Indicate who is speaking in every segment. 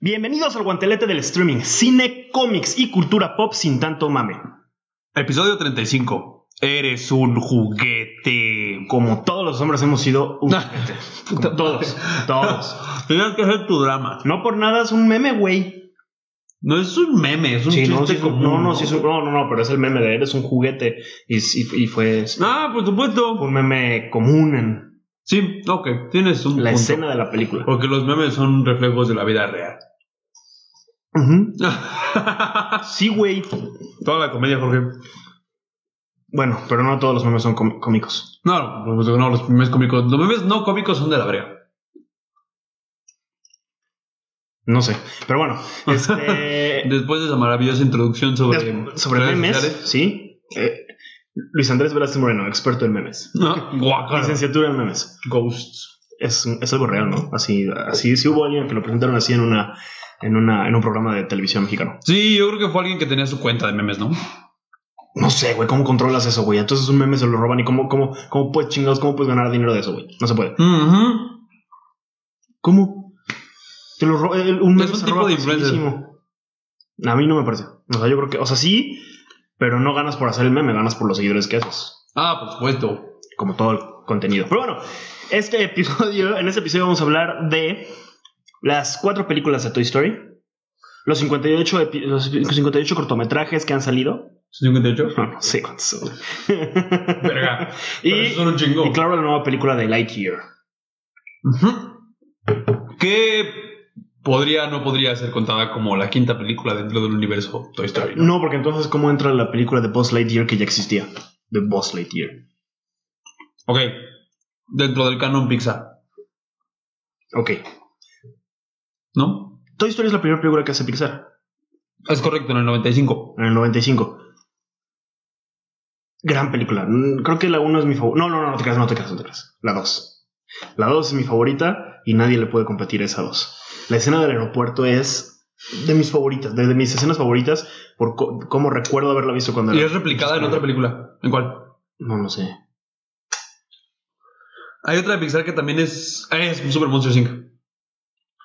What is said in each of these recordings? Speaker 1: Bienvenidos al guantelete del streaming, cine, cómics y cultura pop sin tanto mame.
Speaker 2: Episodio 35. Eres un juguete.
Speaker 1: Como todos los hombres hemos sido un juguete. Como todos, todos.
Speaker 2: Tenías que hacer tu drama.
Speaker 1: No por nada es un meme, güey.
Speaker 2: No es un meme, es un
Speaker 1: Sí,
Speaker 2: chiste
Speaker 1: no, sí es un-
Speaker 2: común.
Speaker 1: no, no, sí es un- no, no, no, pero es el meme de eres un juguete y, y- y fue
Speaker 2: Ah, por supuesto.
Speaker 1: un meme común en
Speaker 2: Sí, ok, tienes un
Speaker 1: la
Speaker 2: punto.
Speaker 1: escena de la película.
Speaker 2: Porque los memes son reflejos de la vida real.
Speaker 1: Ujú. Sí, güey.
Speaker 2: Toda la comedia, Jorge.
Speaker 1: Bueno, pero no todos los memes son com- cómicos.
Speaker 2: No, no, no, los memes cómicos. Los memes no cómicos son de la brea.
Speaker 1: No sé, pero bueno, este,
Speaker 2: Después de esa maravillosa introducción sobre,
Speaker 1: Des- sobre
Speaker 2: redes
Speaker 1: memes,
Speaker 2: sociales.
Speaker 1: sí. Eh, Luis Andrés Velázquez Moreno, experto en memes.
Speaker 2: No, guácala.
Speaker 1: Licenciatura en memes.
Speaker 2: Ghosts.
Speaker 1: Es, es algo real, ¿no? Así, así sí hubo alguien que lo presentaron así en una en una en un programa de televisión mexicano.
Speaker 2: Sí, yo creo que fue alguien que tenía su cuenta de memes, ¿no?
Speaker 1: No sé, güey, ¿cómo controlas eso, güey? Entonces un meme se lo roban y cómo cómo cómo puedes chingados cómo puedes ganar dinero de eso, güey? No se puede.
Speaker 2: Ujú.
Speaker 1: ¿Cómo? Te lo ro- eh, el- un meme
Speaker 2: Es un
Speaker 1: se
Speaker 2: tipo
Speaker 1: roba
Speaker 2: de influencer.
Speaker 1: facilísimo. A mí no me parece. O sea, yo creo que, o sea, sí, pero no ganas por hacer el meme, ganas por los seguidores que haces.
Speaker 2: Ah, por supuesto.
Speaker 1: como todo el contenido. Pero bueno, este episodio, en este episodio vamos a hablar de las cuatro películas de Toy Story, los 58, epi- los 58 cortometrajes que han salido,
Speaker 2: 58.
Speaker 1: no, no sé cuántos son.
Speaker 2: Verga.
Speaker 1: y,
Speaker 2: Pero esos son un chingo.
Speaker 1: y claro, la nueva película de Lightyear.
Speaker 2: Ujú. Que podría, no podría ser contada como la quinta película dentro del universo Toy Story. ¿no?
Speaker 1: No, porque entonces, ¿cómo entra la película de Buzz Lightyear que ya existía? De Buzz Lightyear.
Speaker 2: Ok. Dentro del canon Pixar,
Speaker 1: Ok.
Speaker 2: ¿no?
Speaker 1: Toy Story es la primera película que hace Pixar,
Speaker 2: Es correcto, en el 95.
Speaker 1: en el 95. Gran película. Mm, Creo que la 1 es mi favorita. No, no, no, no te creas, no te creas, no te creas. La 2. La 2 es mi favorita y nadie le puede competir a esa 2. La escena del aeropuerto es de mis favoritas, de, de mis escenas favoritas, por co- cómo recuerdo haberla visto cuando
Speaker 2: Y
Speaker 1: era.
Speaker 2: es replicada en otra película. ¿En cuál?
Speaker 1: No, no sé.
Speaker 2: Hay otra de Pixar que también es. Es Super Monsters Inc.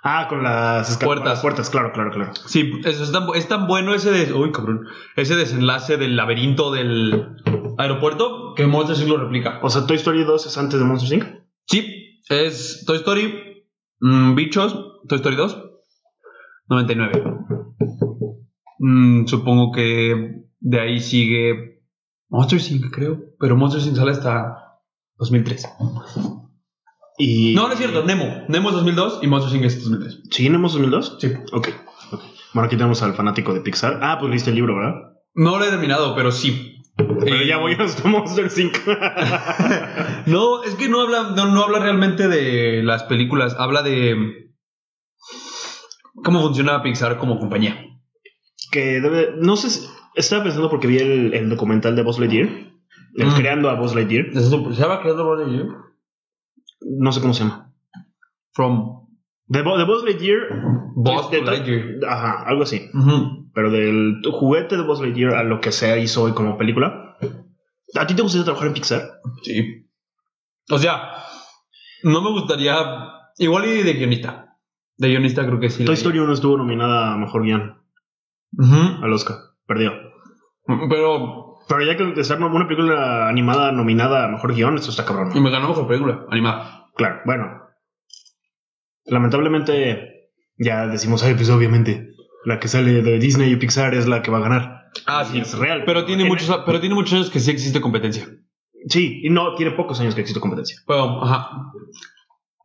Speaker 1: Ah, con las esca-
Speaker 2: Puertas.
Speaker 1: con las puertas, claro, claro, claro.
Speaker 2: Sí, es, es tan, bu- es tan bueno ese. des- uy, cabrón. Ese desenlace del laberinto del aeropuerto que Monsters Inc. lo replica.
Speaker 1: O sea, Toy Story 2 es antes de Monsters Inc.
Speaker 2: Sí, es Toy Story, mm, Bichos, Toy Story 2, 99. Mm, supongo que de ahí sigue Monsters Inc., creo. Pero Monsters Inc. sale hasta 2003.
Speaker 1: Y.
Speaker 2: No, no es cierto, Nemo. Nemo es 2002 y Monsters Inc. es 2003.
Speaker 1: ¿Sí, Nemo es 2002?
Speaker 2: Sí.
Speaker 1: Ok. ok. Bueno, aquí tenemos al fanático de Pixar. Ah, pues leíste el libro, ¿verdad?
Speaker 2: No lo he terminado, pero sí.
Speaker 1: Pero
Speaker 2: Eh,
Speaker 1: ya voy hasta Monster 5.
Speaker 2: No, es que no habla, no, no habla realmente de las películas, habla de cómo funciona Pixar como compañía.
Speaker 1: que debe. No sé. si- estaba pensando porque vi el, el documental de Buzz Lightyear. El
Speaker 2: Mm.
Speaker 1: creando a Buzz Lightyear.
Speaker 2: ¿Se estaba creando
Speaker 1: No sé cómo se llama.
Speaker 2: From
Speaker 1: De, Bo- de Buzz Lightyear.
Speaker 2: Buzz
Speaker 1: de- de-
Speaker 2: Lightyear.
Speaker 1: Ajá, algo así.
Speaker 2: Ujú.
Speaker 1: Pero del juguete de Buzz Lightyear a lo que se hizo hoy como película. ¿A ti te gustaría trabajar en Pixar?
Speaker 2: Sí. O sea, no me gustaría. Igual y de guionista. De guionista creo que sí.
Speaker 1: Toy
Speaker 2: la-
Speaker 1: Story 1 estuvo nominada a Mejor Guión
Speaker 2: Ujú.
Speaker 1: al Oscar. Perdió.
Speaker 2: Pero.
Speaker 1: Pero ya que estar nom- una película animada nominada a Mejor Guión, esto está cabrón. ¿no?
Speaker 2: Y me ganó mejor película, animada.
Speaker 1: Claro, bueno. Lamentablemente, ya decimos, ay, pues obviamente, la que sale de Disney y Pixar es la que va a ganar.
Speaker 2: Ah,
Speaker 1: Y es real.
Speaker 2: Pero tiene,
Speaker 1: En-
Speaker 2: muchos, pero tiene muchos años que sí existe competencia.
Speaker 1: Sí, y no, tiene pocos años que existe competencia.
Speaker 2: Bueno, ajá.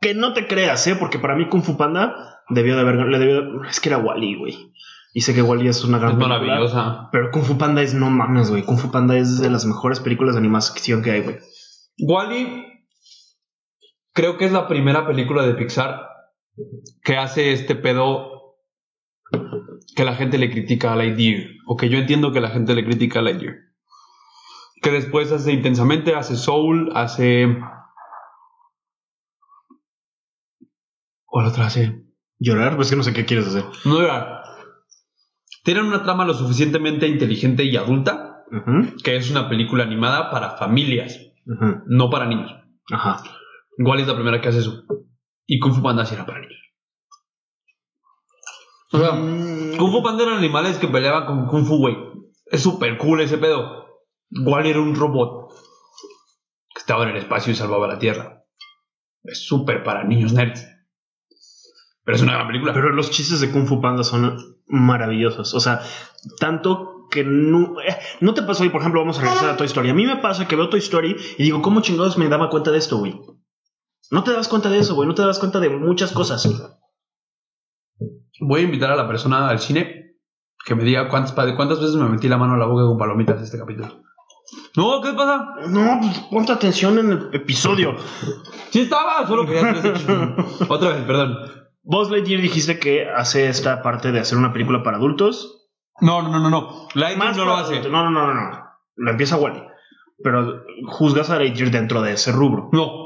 Speaker 1: Que no te creas, ¿eh? Porque para mí Kung Fu Panda debió de haber gan- le debió- es que era Wally, güey. Y sé que Wally es una gran
Speaker 2: Es
Speaker 1: película,
Speaker 2: maravillosa.
Speaker 1: Pero Kung Fu Panda es no mames, güey. Kung Fu Panda es de las mejores películas de animación que hay, güey.
Speaker 2: Wally. Creo que es la primera película de Pixar que hace este pedo que la gente le critica a Lightyear. O que yo entiendo que la gente le critica a Lightyear. Que después hace intensamente, hace Soul, hace. O la otra hace.
Speaker 1: Llorar, pues que no sé qué quieres hacer.
Speaker 2: No era. Tienen una trama lo suficientemente inteligente y adulta
Speaker 1: Ujú,
Speaker 2: que es una película animada para familias,
Speaker 1: ujú,
Speaker 2: no para niños.
Speaker 1: Ajá.
Speaker 2: Igual es la primera que hace eso. Y Kung Fu Panda sí era para niños. O sea,
Speaker 1: Mm,
Speaker 2: Kung Fu Panda eran animales que peleaban con Kung Fu, güey. Es súper cool ese pedo. Wally era un robot que estaba en el espacio y salvaba la Tierra. Es súper para niños nerds. Pero es una gran película.
Speaker 1: Pero los chistes de Kung Fu Panda son maravillosos. O sea, tanto que no, eh, no te pasó, y por ejemplo, vamos a regresar a Toy Story. A mí me pasa que veo Toy Story y digo, ¿cómo chingados me daba cuenta de esto, güey? No te das cuenta de eso, güey. No te das cuenta de muchas cosas.
Speaker 2: Voy a invitar a la persona al cine que me diga cuántas, pa- cuántas veces me metí la mano a la boca con palomitas este capítulo. No, ¿qué pasa?
Speaker 1: No, pues ponte atención en el episodio.
Speaker 2: Sí estaba, solo quería hacer ese chiste. Otra vez, perdón.
Speaker 1: Vos Lightyear dijiste que hace esta parte de hacer una película para adultos.
Speaker 2: No, no, no, no, no. Lightyear
Speaker 1: Más
Speaker 2: no lo
Speaker 1: para
Speaker 2: hace.
Speaker 1: adultos. No, no, no, no, no. Lo empieza Wally. Pero juzgas a Lightyear dentro de ese rubro.
Speaker 2: No.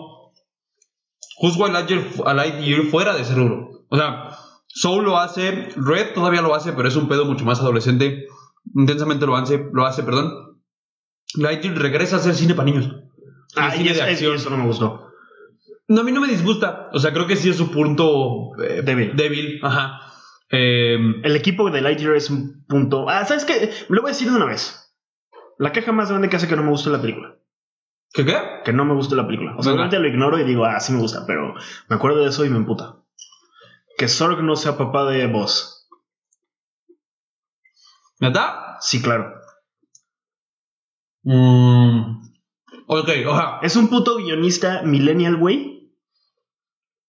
Speaker 2: Juzgo a Lightyear, a Lightyear fuera de ese rubro. O sea, Soul lo hace, Red todavía lo hace, pero es un pedo mucho más adolescente. Intensamente lo hace, lo hace perdón. Lightyear regresa a hacer cine para niños.
Speaker 1: Ah,
Speaker 2: El
Speaker 1: y
Speaker 2: cine
Speaker 1: es-
Speaker 2: de
Speaker 1: es-
Speaker 2: acción.
Speaker 1: eso no me gustó.
Speaker 2: No, a mí no me disgusta. O sea, creo que sí es su punto eh,
Speaker 1: Débil.
Speaker 2: débil. Ajá. Em,
Speaker 1: El equipo de Lightyear es un punto. Ah, ¿sabes qué? Me lo voy a decir de una vez. La queja más grande que hace que no me guste la película.
Speaker 2: ¿Qué qué?
Speaker 1: Que no me guste la película. O sea,
Speaker 2: Venga.
Speaker 1: realmente lo ignoro y digo, ah, sí me gusta, pero me acuerdo de eso y me emputa. Que Sorg no sea papá de Buzz.
Speaker 2: ¿Nata?
Speaker 1: Sí, claro.
Speaker 2: Mm, ok, ojalá.
Speaker 1: Es un puto guionista millennial, güey.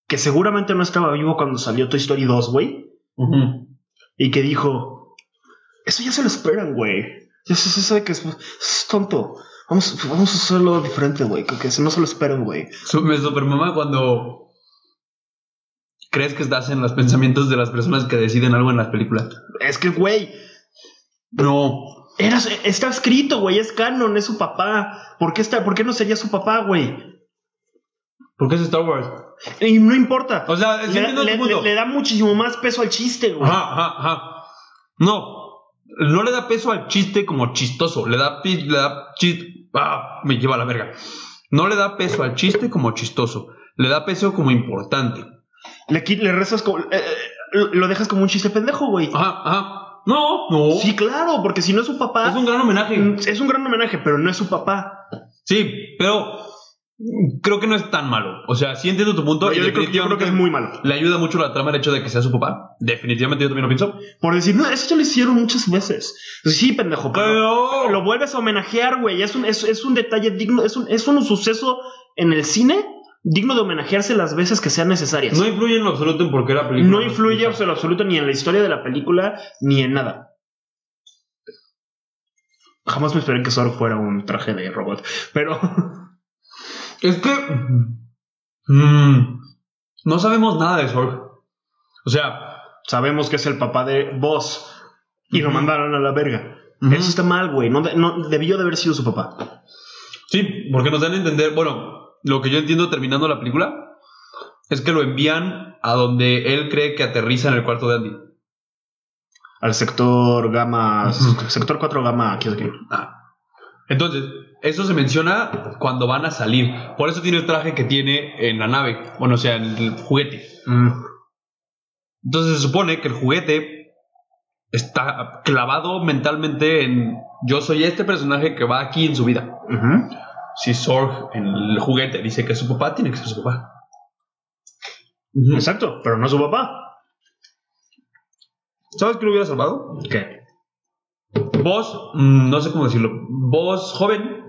Speaker 1: Que seguramente no estaba vivo cuando salió Toy Story 2, güey. Y que dijo, eso ya se lo esperan, güey. Ya se, se sabe que es, es tonto. Vamos, vamos a hacerlo diferente, güey. Que, que no se lo esperan, güey.
Speaker 2: Su- Me supermama cuando crees que estás en los pensamientos de las personas que deciden algo en las películas.
Speaker 1: Es que, güey,
Speaker 2: No.
Speaker 1: era- está escrito, güey. Es canon, es su papá. ¿Por qué, está, ¿Por qué no sería su papá, güey?
Speaker 2: Porque es Star Wars.
Speaker 1: Y no importa.
Speaker 2: O sea, sí
Speaker 1: le, da-
Speaker 2: entiendo tu
Speaker 1: le-
Speaker 2: punto.
Speaker 1: le- le da muchísimo más peso al chiste, güey.
Speaker 2: Ajá, ajá, ajá. No. No le da peso al chiste como chistoso. Le da, pi- le da chis- Ah, me lleva a la verga. No le da peso al chiste como chistoso. Le da peso como importante.
Speaker 1: Le, qui- le rezas como. eh, eh, lo lo dejas como un chiste pendejo, güey.
Speaker 2: Ajá, ajá. No, Ah, no.
Speaker 1: Sí, claro, porque si no es su papá.
Speaker 2: es un gran homenaje.
Speaker 1: es un gran homenaje, pero no es su papá.
Speaker 2: Sí, pero creo que no es tan malo. O sea, sí entiendo tu punto.
Speaker 1: No,
Speaker 2: y
Speaker 1: yo, creo, que- yo creo que es
Speaker 2: definitivamente
Speaker 1: muy malo.
Speaker 2: Le ayuda mucho la trama el hecho de que sea su papá. Definitivamente yo también lo pienso.
Speaker 1: Por decir, no, eso ya lo hicieron muchas veces. Pues Sí, pendejo, pero
Speaker 2: Pero...
Speaker 1: lo vuelves a homenajear, güey. Es un, es, es un detalle digno, es un, es un suceso en el cine digno de homenajearse las veces que sean necesarias.
Speaker 2: No influye en lo absoluto en por qué la película...
Speaker 1: No influye en lo absoluto ni en la historia de la película ni en nada. Jamás me esperé que Zorro fuera un traje de robot. Pero
Speaker 2: Es que... mm, no sabemos nada de Sorg. O sea...
Speaker 1: sabemos que es el papá de Boss y lo
Speaker 2: Ujú.
Speaker 1: mandaron a la verga.
Speaker 2: ujú.
Speaker 1: Eso está mal, güey. No, de- no- debió de haber sido su papá.
Speaker 2: Sí, porque nos dan a entender... Bueno, lo que yo entiendo terminando la película es que lo envían a donde él cree que aterriza en el cuarto de Andy.
Speaker 1: Al sector gamma.
Speaker 2: Ujú.
Speaker 1: Sector 4 gamma. ¿qué es qué?
Speaker 2: Ah. Entonces, eso se menciona cuando van a salir. Por eso tiene el traje que tiene en la nave. Bueno, o sea, el juguete.
Speaker 1: Mm.
Speaker 2: Entonces se supone que el juguete está clavado mentalmente en yo soy este personaje que va aquí en su vida.
Speaker 1: Ujú.
Speaker 2: Si Sorg en el juguete dice que es su papá, tiene que ser su papá.
Speaker 1: Exacto, pero no su papá.
Speaker 2: ¿Sabes qué lo hubiera salvado?
Speaker 1: ¿Qué?
Speaker 2: Vos, mm, no sé cómo decirlo, vos joven,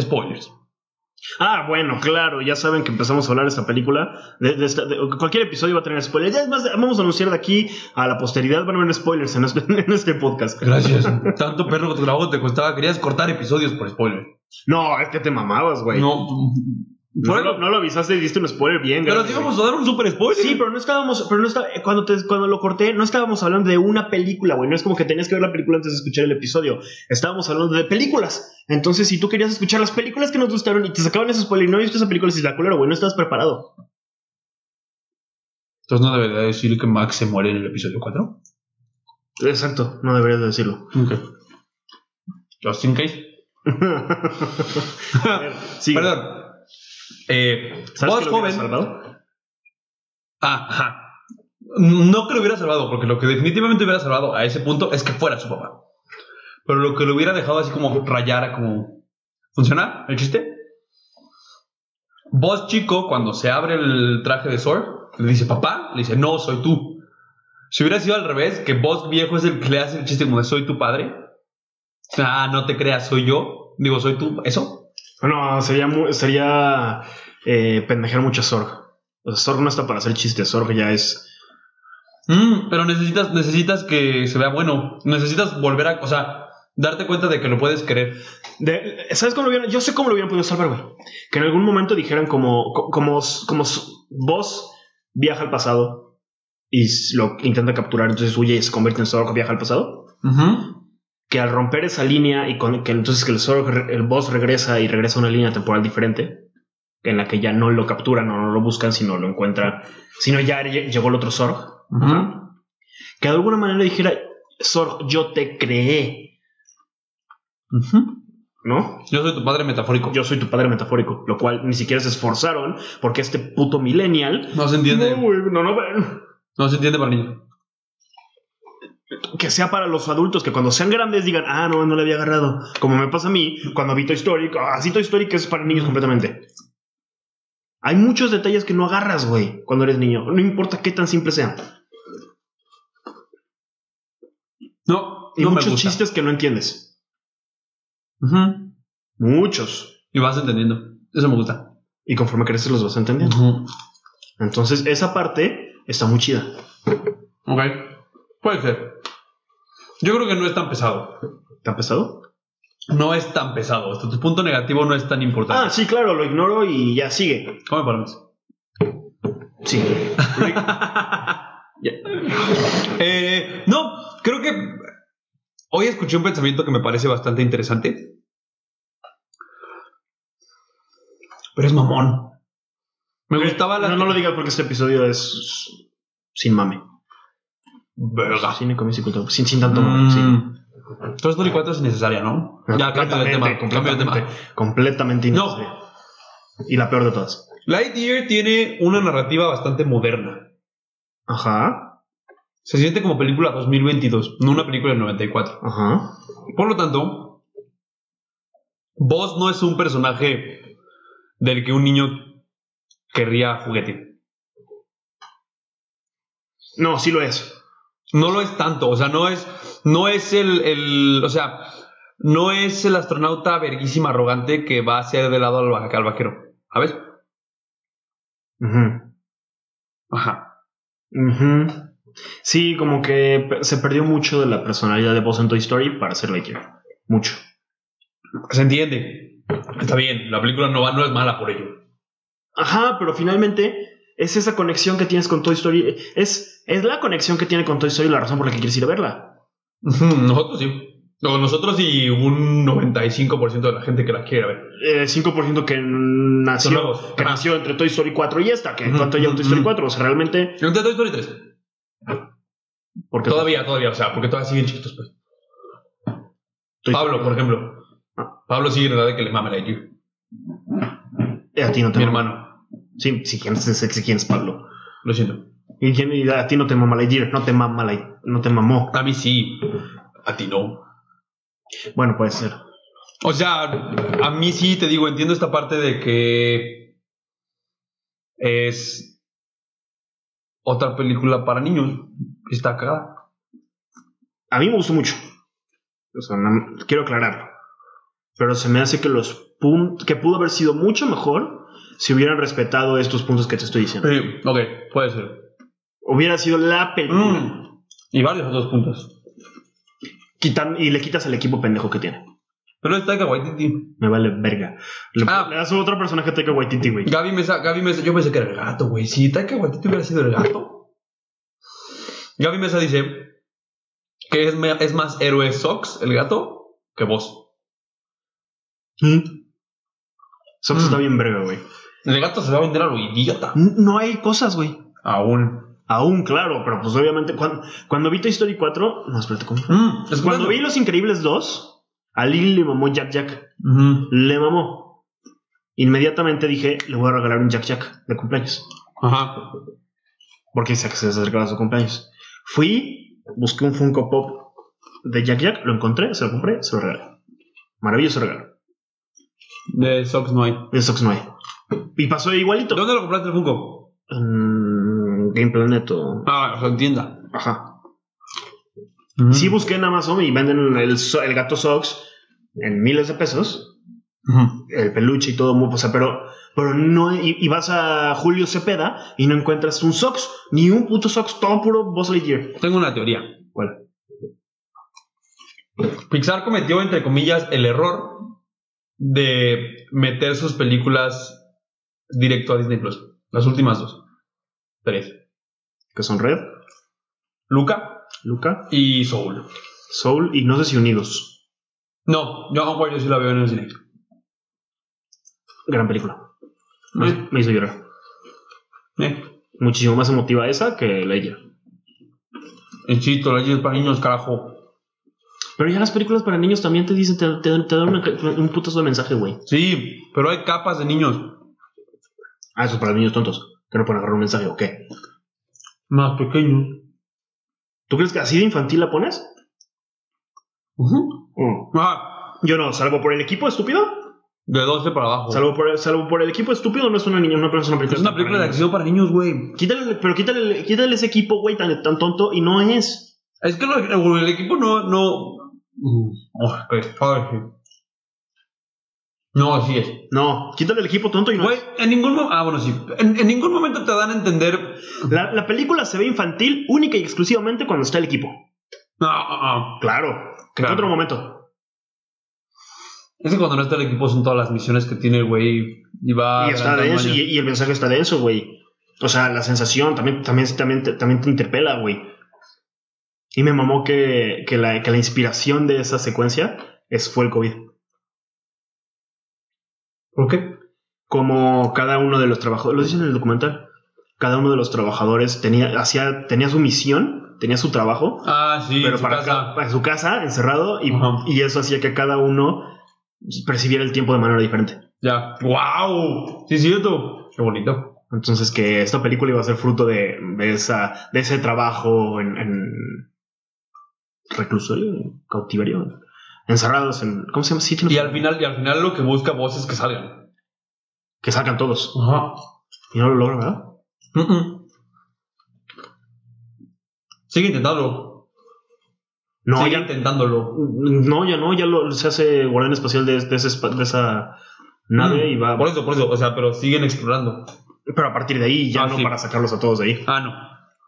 Speaker 2: spoilers.
Speaker 1: Ah, bueno, claro, ya saben que empezamos a hablar de esta película. De, de esta- de- cualquier episodio va a tener spoilers. Ya es más, vamos a anunciar de aquí a la posteridad. Van a haber spoilers en este, en este podcast.
Speaker 2: Gracias. Tanto perro que tu trabajo te costaba, querías cortar episodios por spoilers.
Speaker 1: No, es que te mamabas, güey. No,
Speaker 2: No. Por
Speaker 1: lo,
Speaker 2: eso-
Speaker 1: no lo avisaste y diste un spoiler bien.
Speaker 2: pero
Speaker 1: grande,
Speaker 2: sí
Speaker 1: güey.
Speaker 2: vamos a dar un super spoiler.
Speaker 1: Sí, pero no estábamos, pero no está, eh, cuando te- cuando lo corté, no estábamos hablando de una película, güey. No es como que tenías que ver la película antes de escuchar el episodio. Estábamos hablando de películas. Entonces, si tú querías escuchar las películas que nos gustaron y te sacaban ese spoiler y no viste esa película, si la culera, güey, no estabas preparado.
Speaker 2: Entonces no debería decir que Max se muere en el episodio 4.
Speaker 1: Exacto, no deberías de decirlo.
Speaker 2: Ok. Just in case.
Speaker 1: A ver, sigue.
Speaker 2: Perdón. Eh,
Speaker 1: ¿Sabes
Speaker 2: vos
Speaker 1: qué lo hubiera
Speaker 2: joven.
Speaker 1: salvado?
Speaker 2: Ah, ajá. No que lo hubiera salvado, porque lo que definitivamente hubiera salvado a ese punto es que fuera su papá. Pero lo que lo hubiera dejado así como rayar, como. ¿Funciona el chiste? Vos, chico, cuando se abre el traje de Sword, le dice papá, le dice no, soy tú. Si hubiera sido al revés, que vos, viejo, es el que le hace el chiste como de soy tu padre. Ah, no te creas, soy yo. Digo, soy tú. Eso.
Speaker 1: Bueno, sería, mu- sería eh, pendejear mucho a Sorg. O sea, Sorg no está para hacer chistes, Sorg ya es.
Speaker 2: Mm, pero necesitas, necesitas que se vea bueno. Necesitas volver a. O sea, darte cuenta de que lo puedes querer.
Speaker 1: de- ¿Sabes cómo lo hubieran? Yo sé cómo lo hubieran podido salvar, güey. Que en algún momento dijeran como, co- como, como su- vos viaja al pasado y s- lo intenta capturar, entonces huye y se convierte en Sorg, viaja al pasado. Que al romper esa línea y con, que entonces que el Sorg, re- el boss regresa y regresa a una línea temporal diferente en la que ya no lo capturan o no lo buscan, sino lo encuentran, sino ya lle- llegó el otro Sorg. Ajá. que de alguna manera dijera, Sorg, yo te creé,
Speaker 2: Ujú.
Speaker 1: ¿no?
Speaker 2: Yo soy tu padre metafórico.
Speaker 1: Yo soy tu padre metafórico, lo cual ni siquiera se esforzaron porque este puto millennial...
Speaker 2: No se entiende.
Speaker 1: No, güey, no, no, güey.
Speaker 2: No se entiende para niños.
Speaker 1: que sea para los adultos, que cuando sean grandes digan, ah, no, no le había agarrado. Como me pasa a mí, cuando vi Toy Story, así Toy Story que es para niños completamente. Hay muchos detalles que no agarras, güey, cuando eres niño. No importa qué tan simple sean.
Speaker 2: No,
Speaker 1: Y
Speaker 2: no me
Speaker 1: muchos
Speaker 2: gusta.
Speaker 1: chistes que no entiendes.
Speaker 2: Ujú.
Speaker 1: Muchos.
Speaker 2: Y vas entendiendo. Eso me gusta.
Speaker 1: Y conforme creces los vas entendiendo.
Speaker 2: Ujú.
Speaker 1: Entonces, esa parte está muy chida.
Speaker 2: Ok. Puede ser. Yo creo que no es tan pesado.
Speaker 1: ¿Te ha pesado?
Speaker 2: No es tan pesado. O sea, tu punto negativo no es tan
Speaker 1: Ah,
Speaker 2: importante.
Speaker 1: sí, claro, lo ignoro y ya sigue.
Speaker 2: Come palomas.
Speaker 1: Sí.
Speaker 2: Eh, no, creo que hoy escuché un pensamiento que me parece bastante interesante. Pero es mamón. Me gustaba la.
Speaker 1: No, no lo digas porque este episodio es sin mame.
Speaker 2: Verga.
Speaker 1: Sin economía, sin cultura, sin, sin tanto mame. sí.
Speaker 2: Mm. Entonces, Story 4 es innecesaria, ¿no? Ya, cambio de tema. Cambio de
Speaker 1: completamente,
Speaker 2: tema.
Speaker 1: completamente
Speaker 2: No.
Speaker 1: innecesario. Y la peor de todas.
Speaker 2: Lightyear tiene una narrativa bastante moderna.
Speaker 1: Ajá,
Speaker 2: Se siente como película 2022, no una película del 94.
Speaker 1: ajá.
Speaker 2: Por lo tanto, Boss no es un personaje del que un niño querría juguete.
Speaker 1: No, sí lo es.
Speaker 2: No lo es tanto, o sea, no es, no es el, el- o sea, no es el astronauta verguísima arrogante que va a hacer de lado al, va- al vaquero, ¿sabes?
Speaker 1: Ujú,
Speaker 2: Ajá.
Speaker 1: ujú. Sí, como que pe- se perdió mucho de la personalidad de Boss en Toy Story para ser Lightyear. Mucho.
Speaker 2: Se entiende. Está bien, la película no, va, no es mala por ello.
Speaker 1: Ajá, pero finalmente es esa conexión que tienes con Toy Story. Es, es la conexión que tiene con Toy Story la razón por la que quieres ir a verla.
Speaker 2: Ujú, Nosotros sí. O nosotros y un 95% de la gente que la quiere ver.
Speaker 1: El 5% que
Speaker 2: Son
Speaker 1: nació,
Speaker 2: nuevos.
Speaker 1: que
Speaker 2: Ajá.
Speaker 1: nació entre Toy Story 4 y esta, que
Speaker 2: Ujú,
Speaker 1: cuánto lleva
Speaker 2: ujú,
Speaker 1: Toy Story
Speaker 2: ujú.
Speaker 1: 4. O sea, realmente.
Speaker 2: Yo Toy Story 3.
Speaker 1: Porque
Speaker 2: Todavía, todavía, o sea, porque todavía siguen chiquitos, pues.
Speaker 1: Toy-
Speaker 2: Pablo, por ejemplo. Pablo sigue en la edad de que le mame la IQ.
Speaker 1: eh, a ti no te
Speaker 2: Mi
Speaker 1: mama.
Speaker 2: hermano.
Speaker 1: Sí, sí, quién es, ese? quién es Pablo.
Speaker 2: Lo siento.
Speaker 1: Y quién- y a ti no te mama Lightyear, no te mama Light- no te mamó.
Speaker 2: A mí sí. A ti no.
Speaker 1: Bueno, puede ser.
Speaker 2: O sea, a mí sí te digo, entiendo esta parte de que es otra película para niños. Está cagada.
Speaker 1: A mí me gustó mucho. O sea, no- quiero aclararlo. Pero se me hace que los puntos. que pudo haber sido mucho mejor si hubieran respetado estos puntos que te estoy diciendo.
Speaker 2: Eh, ok, puede ser.
Speaker 1: Hubiera sido la película.
Speaker 2: Mm, Y varios otros puntos.
Speaker 1: Quitan- y le quitas el equipo pendejo que tiene.
Speaker 2: Pero está Taika Waititi.
Speaker 1: Me vale verga. Le,
Speaker 2: Ah.
Speaker 1: le das otro personaje a Taika Waititi, güey.
Speaker 2: Gaby Mesa, Gaby Mesa, yo pensé que era el gato, güey. Si Taika Waititi hubiera sido el gato. Gaby Mesa dice que es, me- es más héroe Sox, el gato, que vos.
Speaker 1: ¿Mm? Sox
Speaker 2: Mm.
Speaker 1: está bien verga, güey.
Speaker 2: El gato se va a vender a lo idiota.
Speaker 1: N- No hay cosas, güey.
Speaker 2: Aún.
Speaker 1: Aún, claro, pero pues obviamente cuando, cuando vi Toy Story 4, no, espérate, ¿cómo? fue?
Speaker 2: Mm, es
Speaker 1: Cuando
Speaker 2: bueno.
Speaker 1: vi Los Increíbles 2, a Lily le mamó Jack Jack.
Speaker 2: Ujú.
Speaker 1: Le mamó. Inmediatamente dije, le voy a regalar un Jack Jack de cumpleaños.
Speaker 2: Ajá.
Speaker 1: porque se se acercaba a su cumpleaños. Fui, busqué un Funko Pop de Jack Jack, lo encontré, se lo compré, se lo regalé. Maravilloso regalo.
Speaker 2: De Sox no hay.
Speaker 1: De Sox no hay. Y pasó igualito.
Speaker 2: ¿Dónde lo compraste el Funko?
Speaker 1: Mm, Game Planet o-
Speaker 2: Ah, o sea, en tienda.
Speaker 1: Ajá.
Speaker 2: Ujú.
Speaker 1: Sí busqué en Amazon y venden el, so- el gato Sox en miles de pesos.
Speaker 2: Ujú.
Speaker 1: el peluche y todo, muy- o sea, pero, pero no, y, y vas a Julio Cepeda y no encuentras un Sox, ni un puto Sox, todo puro Buzz Lightyear.
Speaker 2: Tengo una teoría.
Speaker 1: ¿Cuál?
Speaker 2: Pixar cometió, entre comillas, el error de meter sus películas directo a Disney Plus. Las últimas dos. Tres.
Speaker 1: Que son Red,
Speaker 2: Luca
Speaker 1: Luca,
Speaker 2: y Soul.
Speaker 1: Soul y no sé si Unidos.
Speaker 2: No, yo Howard yo sí la veo en el cine.
Speaker 1: Gran película.
Speaker 2: Eh,
Speaker 1: Me, me hizo llorar.
Speaker 2: eh.
Speaker 1: Muchísimo más emotiva esa que la ella.
Speaker 2: El chito, la para niños, carajo.
Speaker 1: Pero ya las películas para niños también te dicen, te, te- te dan una- un putazo de mensaje, güey.
Speaker 2: Sí, pero hay capas de niños
Speaker 1: Ah, eso es para niños tontos, que no pueden agarrar un mensaje, ¿o qué?
Speaker 2: más pequeños.
Speaker 1: ¿Tú crees que así de infantil la pones?
Speaker 2: Ujú.
Speaker 1: Mm.
Speaker 2: Ah,
Speaker 1: Yo no, salvo por el equipo estúpido.
Speaker 2: de 12 para abajo.
Speaker 1: Salvo por, salvo por el equipo estúpido, no es una niña, no es una película.
Speaker 2: Es una
Speaker 1: para
Speaker 2: película de
Speaker 1: niños.
Speaker 2: acción para niños, güey.
Speaker 1: Quítale, pero quítale, quítale ese equipo, güey, tan, tan tonto y no es.
Speaker 2: Es que lo- el, equipo no. no... Oh, qué padre. No, así es.
Speaker 1: No, quítale el equipo tonto y no
Speaker 2: Güey,
Speaker 1: es.
Speaker 2: en ningún momento. Ah, bueno, sí. En, en ningún momento te dan a entender.
Speaker 1: La, la película se ve infantil única y exclusivamente cuando está el equipo.
Speaker 2: No, ah, ah.
Speaker 1: Claro, que
Speaker 2: Claro.
Speaker 1: en otro momento.
Speaker 2: Es que cuando no está el equipo son todas las misiones que tiene el güey. Y va.
Speaker 1: y está
Speaker 2: ganando
Speaker 1: de eso,
Speaker 2: años.
Speaker 1: y, y el mensaje está de eso, güey. O sea, la sensación también, también, también, te, también te interpela, güey. Y me mamó que, que, la, que la inspiración de esa secuencia es, fue el COVID.
Speaker 2: ¿Por qué?
Speaker 1: como cada uno de los trabajadores, lo dicen en el documental, cada uno de los trabajadores tenía, hacía, tenía su misión, tenía su trabajo,
Speaker 2: Ah, sí.
Speaker 1: pero
Speaker 2: en su
Speaker 1: para,
Speaker 2: casa.
Speaker 1: ca- para su casa, encerrado, y,
Speaker 2: Ajá.
Speaker 1: y eso hacía que cada uno percibiera el tiempo de manera diferente.
Speaker 2: Ya. ¡Wow! Sí, es cierto. Qué bonito.
Speaker 1: Entonces que esta película iba a ser fruto de, de esa, de ese trabajo en, en reclusorio, en cautiverio, encerrados en... ¿Cómo se llama? Sí, tiene-
Speaker 2: Y al final, y al final lo que busca vos es que salgan.
Speaker 1: que sacan todos.
Speaker 2: Ajá.
Speaker 1: Y no lo logran, ¿verdad?
Speaker 2: Mm-mm. mm. Sigue intentándolo.
Speaker 1: No,
Speaker 2: Sigue
Speaker 1: ya,
Speaker 2: intentándolo.
Speaker 1: No, ya no, ya lo, se hace guardián espacial de, de ese espa- de esa nave y va.
Speaker 2: Mm. Por eso, por eso. O sea, pero siguen explorando.
Speaker 1: Pero a partir de ahí, ya
Speaker 2: Ah,
Speaker 1: no
Speaker 2: sí.
Speaker 1: para sacarlos a todos de ahí.
Speaker 2: Ah, no.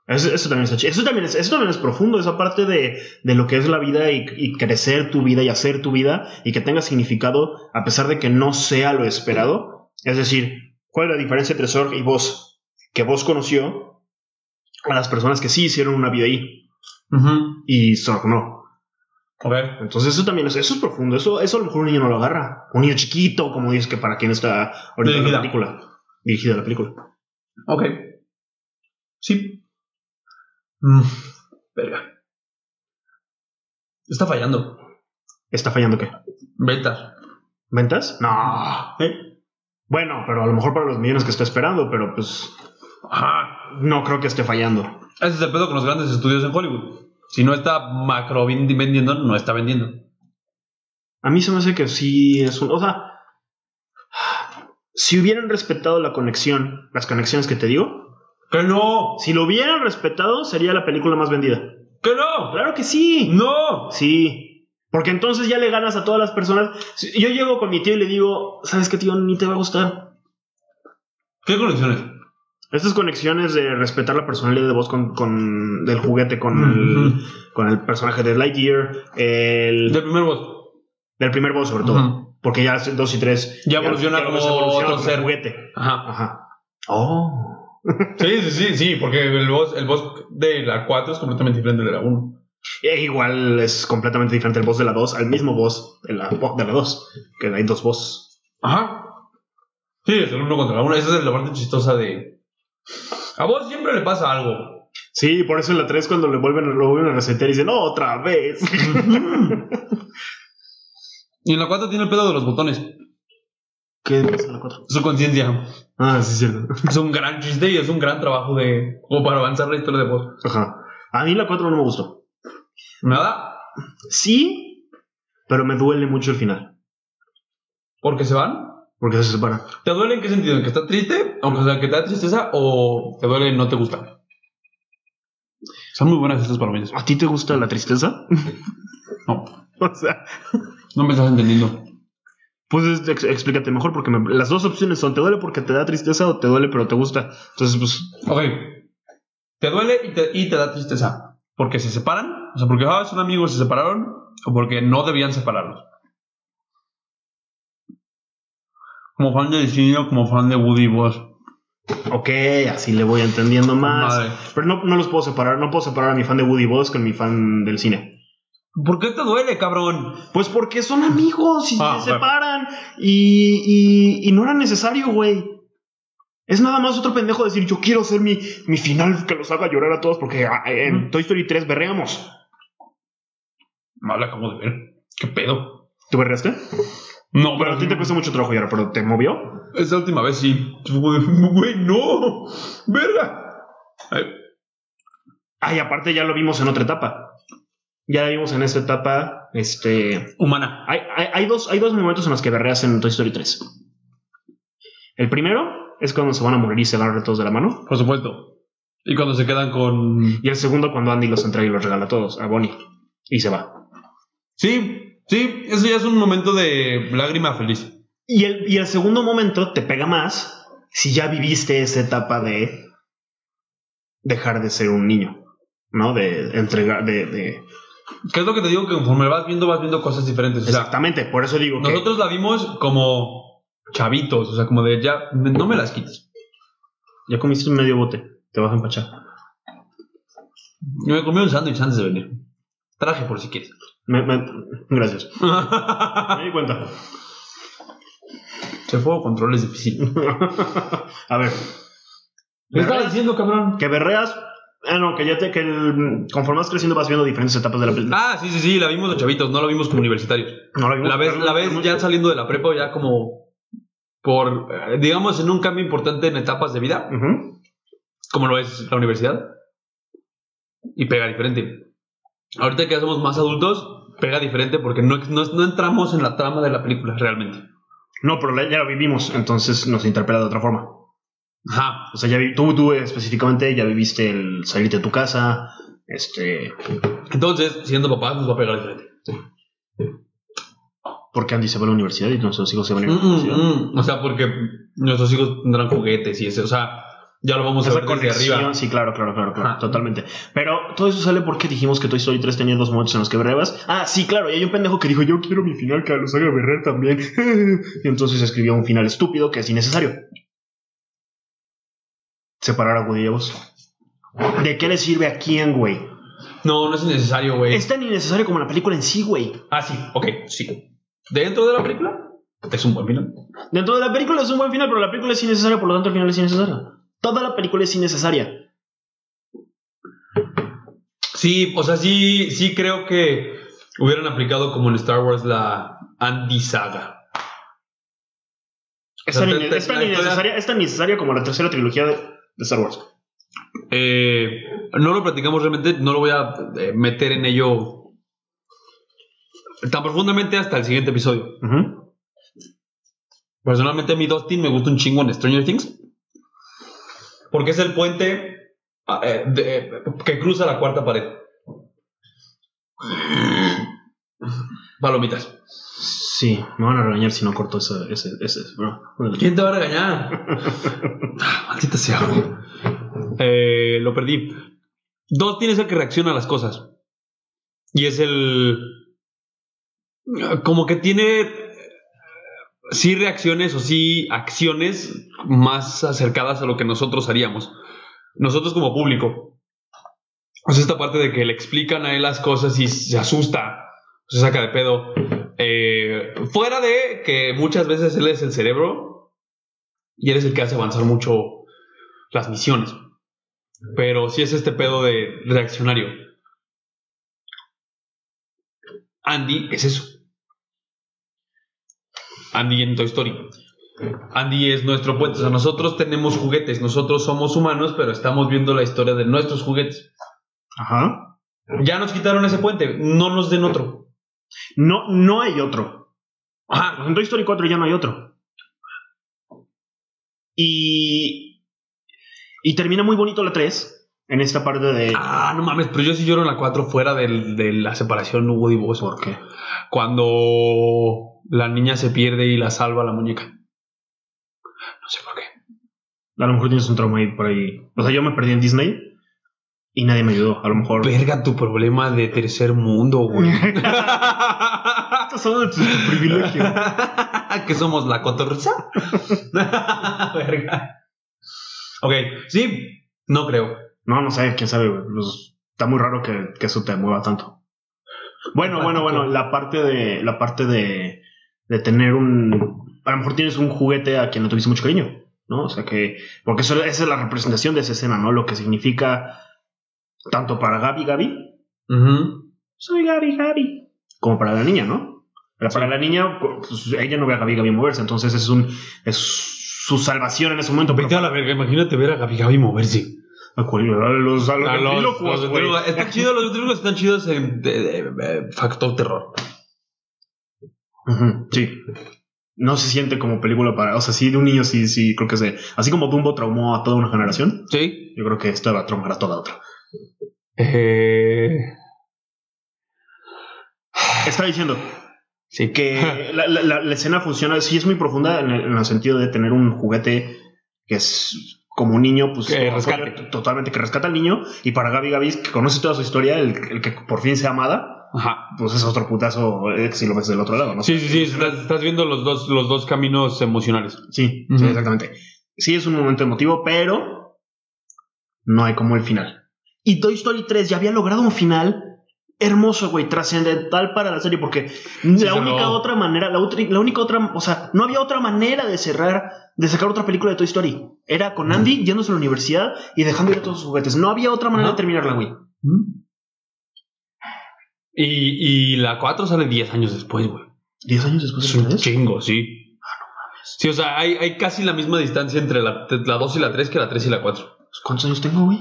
Speaker 1: Eso, eso también está chi- Eso también es, eso también es profundo, esa parte de, de lo que es la vida y, y crecer tu vida y hacer tu vida y que tenga significado a pesar de que no sea lo esperado. Es decir, ¿cuál es la diferencia entre Sorg y vos? Que vos conoció a las personas que sí hicieron una vida ahí
Speaker 2: Ujú.
Speaker 1: y Sorg no.
Speaker 2: A ver.
Speaker 1: Entonces eso también es, eso es profundo, eso, eso a lo mejor un niño no lo agarra. Un niño chiquito, como dices que para quien está ahorita
Speaker 2: Dirigida.
Speaker 1: la película. Dirigida la película.
Speaker 2: Ok. Sí. Mm, Verga. Está fallando.
Speaker 1: ¿Está fallando qué?
Speaker 2: Betas.
Speaker 1: ¿Ventas? No.
Speaker 2: ¿Eh?
Speaker 1: Bueno, pero a lo mejor para los millones que está esperando, pero pues
Speaker 2: Ajá.
Speaker 1: no creo que esté fallando.
Speaker 2: Ese es el pedo con los grandes estudios en Hollywood. Si no está macro vendi- vendiendo, no está vendiendo.
Speaker 1: A mí se me hace que sí es un... O sea, si hubieran respetado la conexión, las conexiones que te digo,
Speaker 2: ¡Que no!
Speaker 1: si lo hubieran respetado sería la película más vendida.
Speaker 2: ¡Que no!
Speaker 1: Claro que sí.
Speaker 2: ¡No!
Speaker 1: Sí. Porque entonces ya le ganas a todas las personas. Si- Yo llego con mi tío y le digo, ¿sabes qué, tío? Ni te va a gustar.
Speaker 2: ¿Qué conexiones?
Speaker 1: Estas conexiones de respetar la personalidad de voz con, con del juguete, con,
Speaker 2: Ujú.
Speaker 1: el, con el personaje de Lightyear, el,
Speaker 2: Del primer boss.
Speaker 1: del primer voz sobre todo.
Speaker 2: Ujú.
Speaker 1: Porque ya es dos y tres.
Speaker 2: Ya evoluciona
Speaker 1: lo ves
Speaker 2: como
Speaker 1: evolucionado
Speaker 2: otro ser.
Speaker 1: juguete.
Speaker 2: Ajá.
Speaker 1: Ajá. Oh.
Speaker 2: Sí, sí, sí, sí, porque el boss, el boss de la 4 es completamente diferente de la 1.
Speaker 1: E igual es completamente diferente el voz de la 2 al mismo voz de la, de la 2. Que hay dos voz.
Speaker 2: Ajá. Sí, es el 1 contra la 1. Esa es la parte chistosa de. A vos siempre le pasa algo.
Speaker 1: Sí, por eso en la 3 cuando le vuelven, lo vuelven a resetear dicen, otra vez.
Speaker 2: y en la 4 tiene el pedo de los botones.
Speaker 1: ¿Qué pasa en la 4?
Speaker 2: Su conciencia.
Speaker 1: Ah, sí, es cierto.
Speaker 2: Es un gran chiste y es un gran trabajo de. como para avanzar la historia de Bob.
Speaker 1: Ajá. A mí la 4 no me gustó.
Speaker 2: ¿Nada?
Speaker 1: Sí, pero me duele mucho el final.
Speaker 2: ¿Porque se van?
Speaker 1: Porque se separan.
Speaker 2: ¿Te duele en qué sentido? ¿En que estás triste? ¿O sea, que te da tristeza? ¿O te duele en no te gusta? Son muy buenas estas palomitas.
Speaker 1: ¿A ti te gusta la tristeza?
Speaker 2: No,
Speaker 1: o sea,
Speaker 2: no me estás entendiendo.
Speaker 1: pues es- ex- explícate mejor porque me- las dos opciones son te duele porque te da tristeza o te duele pero te gusta. Entonces, pues,
Speaker 2: Ok. Te duele y te, y te da tristeza. Porque se separan. O sea, porque ah, son amigos, se separaron. O porque no debían separarlos. Como fan de diseño, como fan de Woody Boss.
Speaker 1: ok, así le voy entendiendo más.
Speaker 2: Madre.
Speaker 1: Pero no, no los puedo separar, no puedo separar a mi fan de Woody Boss con mi fan del cine.
Speaker 2: ¿Por qué te duele, cabrón?
Speaker 1: Pues porque son amigos y
Speaker 2: Ah,
Speaker 1: se
Speaker 2: bueno.
Speaker 1: separan y, y- y no era necesario, güey. Es nada más otro pendejo decir yo quiero ser mi, mi final que los haga llorar a todos porque ah, en
Speaker 2: Mm.
Speaker 1: Toy Story 3 berreamos.
Speaker 2: No la acabo de ver. ¿Qué pedo?
Speaker 1: ¿Tú berreaste?
Speaker 2: No,
Speaker 1: Pero a ti te cuesta mucho trabajo llorar, pero ¿te movió?
Speaker 2: Esa última vez sí. Güey, güey, no. Verga. Ay,
Speaker 1: Ay, aparte ya lo vimos en otra etapa. Ya la vimos en esta etapa, este...
Speaker 2: humana.
Speaker 1: Hay, hay- hay dos, hay dos momentos en los que berreas en Toy Story 3. El primero es cuando se van a morir y se van todos de la mano.
Speaker 2: Por supuesto. Y cuando se quedan con.
Speaker 1: Y el segundo cuando Andy los entrega y los regala a todos, a Bonnie. Y se va.
Speaker 2: Sí, sí. Eso ya es un momento de lágrima feliz.
Speaker 1: Y el, y el segundo momento te pega más si ya viviste esa etapa de dejar de ser un niño, ¿no? De entregar, de... de-
Speaker 2: ¿Qué es lo que te digo? Que conforme vas viendo, vas viendo cosas diferentes. O sea,
Speaker 1: Exactamente, por eso digo que...
Speaker 2: nosotros la vimos como chavitos. O sea, como de ya. No me las quites.
Speaker 1: Ya comiste un medio bote, te vas a empachar.
Speaker 2: Yo me comí un sándwich antes de venir. Traje por si quieres.
Speaker 1: Me- me- gracias. Me di cuenta.
Speaker 2: Se fue control es difícil.
Speaker 1: a ver.
Speaker 2: Le estaba
Speaker 1: ¿Berreas?
Speaker 2: diciendo, cabrón.
Speaker 1: Que berreas. Ah, no, que ya te. Que el- conforme vas creciendo vas viendo diferentes etapas de la película.
Speaker 2: Ah, sí, sí, sí, la vimos de chavitos, no la vimos como universitarios.
Speaker 1: No la vimos.
Speaker 2: La vez,
Speaker 1: pero-
Speaker 2: la vez ya saliendo de la prepa, ya como por, eh, digamos, en un cambio importante en etapas de vida,
Speaker 1: Ujú.
Speaker 2: como lo es la universidad, y pega diferente. Ahorita que ya somos más adultos, pega diferente porque no, no, no entramos en la trama de la película realmente.
Speaker 1: No, pero la- ya lo vivimos, entonces nos interpela de otra forma.
Speaker 2: Ajá.
Speaker 1: O sea, ya vi- tú, tú específicamente ya viviste el salirte de tu casa. Este.
Speaker 2: Entonces, siendo papás, nos va a pegar diferente.
Speaker 1: Porque Andy se va a la universidad y nuestros hijos se van a
Speaker 2: Mm,
Speaker 1: la universidad.
Speaker 2: mm, mm. O sea, porque nuestros hijos tendrán juguetes y ese, o sea, ya lo vamos a
Speaker 1: Esa
Speaker 2: ver desde
Speaker 1: conexión,
Speaker 2: arriba.
Speaker 1: Sí, claro, claro, claro, claro,
Speaker 2: Ajá.
Speaker 1: totalmente. Pero todo eso sale porque dijimos que Toy Story 3 tenía dos momentos en los que berreabas. Ah, sí, claro, y hay un pendejo que dijo, yo quiero mi final que los haga berrer también. y entonces escribió un final estúpido que es innecesario. Separar a Woody y a Buzz. ¿De qué le sirve a quién, güey?
Speaker 2: No, no es necesario, güey.
Speaker 1: Es tan innecesario como la película en sí, güey.
Speaker 2: Ah, sí, ok, sí. Dentro de la película es un buen final.
Speaker 1: Dentro de la película es un buen final, pero la película es innecesaria, por lo tanto el final es innecesario. Toda la película es innecesaria.
Speaker 2: Sí, o sea, sí, sí creo que hubieran aplicado como en Star Wars la Andy Saga.
Speaker 1: Es tan,
Speaker 2: La-
Speaker 1: inne-
Speaker 2: la-
Speaker 1: es tan
Speaker 2: la historia-
Speaker 1: innecesaria, es tan innecesaria como la tercera trilogía de, de Star Wars.
Speaker 2: Eh, no lo platicamos realmente, no lo voy a eh, meter en ello tan profundamente hasta el siguiente episodio.
Speaker 1: Ujú.
Speaker 2: Personalmente a mí Dustin me gusta un chingo en Stranger Things. Porque es el puente ah, eh, de- eh, que cruza la cuarta pared. Palomitas.
Speaker 1: Sí, me van a regañar si no corto ese, ese, ese, bro.
Speaker 2: ¿Quién te va a regañar? Ah, Maldita sea, güey. Eh, lo perdí. Dos tienes el que reacciona a las cosas. Y es el. Como que tiene. eh, Sí, reacciones o sí, acciones más acercadas a lo que nosotros haríamos. Nosotros, como público. O sea, esta parte de que le explican a él las cosas y se asusta, se saca de pedo. Eh, fuera de que muchas veces él es el cerebro y él es el que hace avanzar mucho las misiones. Pero sí es este pedo de reaccionario. Andy es eso. Andy en Toy Story. Andy es nuestro puente. O sea, nosotros tenemos juguetes, nosotros somos humanos, pero estamos viendo la historia de nuestros juguetes.
Speaker 1: Ajá.
Speaker 2: Ya nos quitaron ese puente, no nos den otro.
Speaker 1: No, no hay otro.
Speaker 2: Ajá,
Speaker 1: En Toy Story 4 ya no hay otro. Y. Y termina muy bonito la 3. En esta parte de.
Speaker 2: Ah, no mames, pero yo sí lloro en la 4 fuera del- de la separación Hugo y Boss.
Speaker 1: ¿Por qué?
Speaker 2: Cuando la niña se pierde y la salva la muñeca. No sé por qué.
Speaker 1: A lo mejor tienes un trauma ahí por ahí. O sea, yo me perdí en Disney y nadie me ayudó. A lo mejor.
Speaker 2: Verga tu problema de tercer mundo, güey.
Speaker 1: Mm. Estás hablando de tu, tu privilegio.
Speaker 2: que somos la cotorriza. Verga. Ok, sí, no creo.
Speaker 1: No, no sé, quién sabe, güey. Los- está muy raro que, que eso te mueva tanto. Bueno, bueno, bueno, la parte de. La parte de. De tener un. A lo mejor tienes un juguete a quien le tuviste mucho cariño, ¿no? O sea que. Porque eso, esa es la representación de esa escena, ¿no? Lo que significa. Tanto para Gaby, Gaby.
Speaker 2: Ujú.
Speaker 1: Soy Gaby, Gaby. Como para la niña, ¿no? Pero para la niña, pues, ella no ve a Gaby, Gaby moverse. Entonces es un. Es su salvación en ese momento.
Speaker 2: Vete a la verga, imagínate ver a Gaby Gaby moverse.
Speaker 1: A cual- a los, a los
Speaker 2: A los-
Speaker 1: ventrílocuos,
Speaker 2: los
Speaker 1: güey.
Speaker 2: ventrílocos. Están chidos, los ventrílocos están chidos en de- de- de- factor terror.
Speaker 1: Ujú, Sí. No se siente como película para. O sea, sí, de un niño sí, sí, creo que se. Así como Dumbo traumó a toda una generación,
Speaker 2: Sí.
Speaker 1: yo creo que esta va a traumar a toda otra.
Speaker 2: Eh,
Speaker 1: Está diciendo
Speaker 2: sí.
Speaker 1: que la, la- la- la escena funciona. Sí, es muy profunda en el, en el sentido de tener un juguete que es como un niño, pues.
Speaker 2: Que
Speaker 1: como
Speaker 2: rescate.
Speaker 1: fuera, totalmente, que rescata al niño. Y para Gaby Gaby, que conoce toda su historia, el, el que por fin sea amada,
Speaker 2: Ajá.
Speaker 1: pues es otro putazo eh, si lo ves del otro lado, ¿no?
Speaker 2: Sí, sí, sí. Estás, estás viendo los dos, los dos caminos emocionales.
Speaker 1: Sí,
Speaker 2: Ujú.
Speaker 1: sí, exactamente. Sí, es un momento emotivo, pero no hay como el final. Y Toy Story 3 ya había logrado un final hermoso, güey, trascendental para la serie, porque la
Speaker 2: cerró.
Speaker 1: única otra manera, la, otra- la única otra, o sea, no había otra manera de cerrar, de sacar otra película de Toy Story. Era con Andy yéndose a la universidad y dejando ir a todos sus juguetes. No había otra manera de
Speaker 2: Ajá.
Speaker 1: terminarla, güey. ¿Mm?
Speaker 2: Y, y la 4 sale 10 años después, güey.
Speaker 1: Diez años Ah, después
Speaker 2: Es
Speaker 1: de la
Speaker 2: un
Speaker 1: tres?
Speaker 2: chingo, sí. Sí, o sea, hay, hay casi la misma distancia entre la, la 2 y la 3 que la 3 y la 4.
Speaker 1: ¿Cuántos años tengo, güey?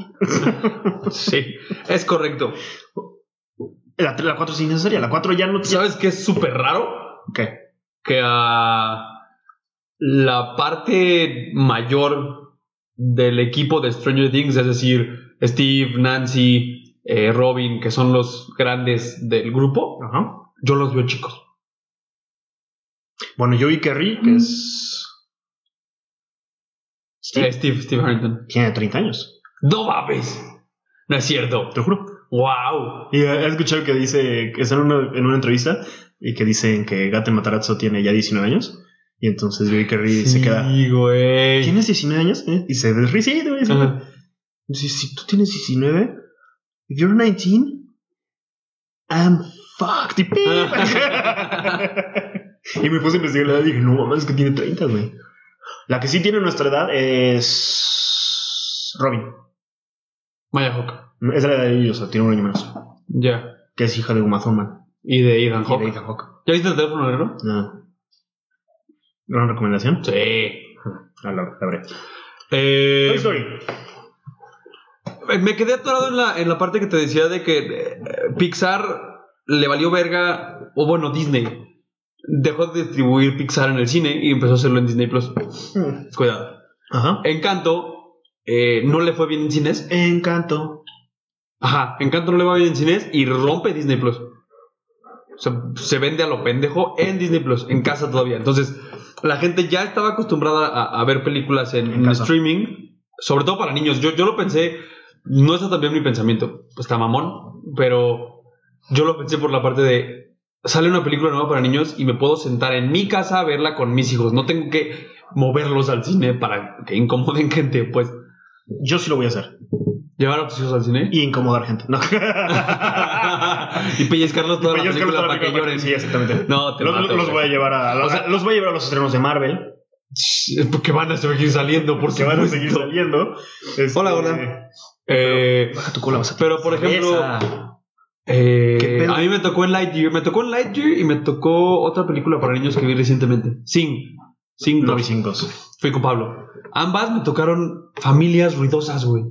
Speaker 2: Sí, es correcto.
Speaker 1: La, tre- la 4 es innecesaria, la 4 ya no... Ya,
Speaker 2: ¿Sabes qué es súper raro?
Speaker 1: ¿Qué?
Speaker 2: que a la parte mayor del equipo de Stranger Things, es decir, Steve, Nancy, eh, Robin, que son los grandes del grupo,
Speaker 1: Ajá.
Speaker 2: yo los veo chicos.
Speaker 1: Bueno, yo vi Kerry, que es. Steve.
Speaker 2: Eh, Steve, Steve Harrington.
Speaker 1: Tiene 30 años,
Speaker 2: No mames. No es cierto.
Speaker 1: te lo juro.
Speaker 2: Wow.
Speaker 1: Y eh, he escuchado que dice, que está en una, en una entrevista y que dicen que Gaten Matarazzo tiene ya 19 años. Y entonces Joey Kerry se queda.
Speaker 2: Sí, güey.
Speaker 1: ¿Tienes 19 años? ¿Eh? Y se desríe. Sí, güey, sí.
Speaker 2: Ajá.
Speaker 1: Dice, si tú tienes 19, if you're 19, I'm fucked. Y, ¡pip! Y me puse a investigar la edad y dije, no mames, es que tiene 30, güey. La que sí tiene nuestra edad es. Robin.
Speaker 2: Maya Hawk.
Speaker 1: Es de la edad de ellos, o sea, tiene un año menos.
Speaker 2: Ya.
Speaker 1: Que es hija de Uma Thurman.
Speaker 2: Y de Ethan
Speaker 1: Y de
Speaker 2: Hawk.
Speaker 1: Ethan Hawke.
Speaker 2: ¿Ya viste el teléfono negro?
Speaker 1: No. ¿Gran recomendación?
Speaker 2: Sí.
Speaker 1: Ah, la, la veré.
Speaker 2: Eh,
Speaker 1: Toy Story.
Speaker 2: Eh, Me quedé atorado en la, en la parte que te decía de que eh, Pixar le valió verga, o bueno, Disney. Dejó de distribuir Pixar en el cine y empezó a hacerlo en Disney Plus. Cuidado.
Speaker 1: Ajá.
Speaker 2: Encanto eh, no le fue bien en cines.
Speaker 1: Encanto.
Speaker 2: Ajá, Encanto no le va bien en cines y rompe Disney Plus. O sea, se vende a lo pendejo en Disney Plus, en casa todavía. Entonces, la gente ya estaba acostumbrada a, a ver películas en,
Speaker 1: En
Speaker 2: en
Speaker 1: casa.
Speaker 2: streaming, sobre todo para niños. Yo, yo lo pensé, no está tan bien mi pensamiento, está mamón, pero yo lo pensé por la parte de. Sale una película nueva para niños y me puedo sentar en mi casa a verla con mis hijos. No tengo que moverlos al cine para que incomoden gente, pues.
Speaker 1: Yo sí lo voy a hacer.
Speaker 2: Llevar a tus hijos al cine.
Speaker 1: Y incomodar gente. No.
Speaker 2: y pellizcarlos toda la
Speaker 1: Yo es que
Speaker 2: película
Speaker 1: lo
Speaker 2: para que lloren.
Speaker 1: Sí, exactamente.
Speaker 2: No, te
Speaker 1: Los,
Speaker 2: mato,
Speaker 1: los
Speaker 2: güey.
Speaker 1: voy a llevar a,
Speaker 2: O sea-
Speaker 1: los voy a llevar a los estrenos de Marvel.
Speaker 2: Shh, Porque van a seguir saliendo, pues, por
Speaker 1: Que van a
Speaker 2: supuesto.
Speaker 1: seguir saliendo. Este,
Speaker 2: Hola, hola. Eh,
Speaker 1: Baja tu cola, vas a
Speaker 2: pero, por ejemplo, eh,
Speaker 1: ¿Qué pedo?
Speaker 2: a mí me tocó en Lightyear. Me tocó en Lightyear y me tocó otra película para niños que vi recientemente. Sing. Cinco.
Speaker 1: No vi cinco.
Speaker 2: Fui con Pablo. Ambas me tocaron familias ruidosas, güey.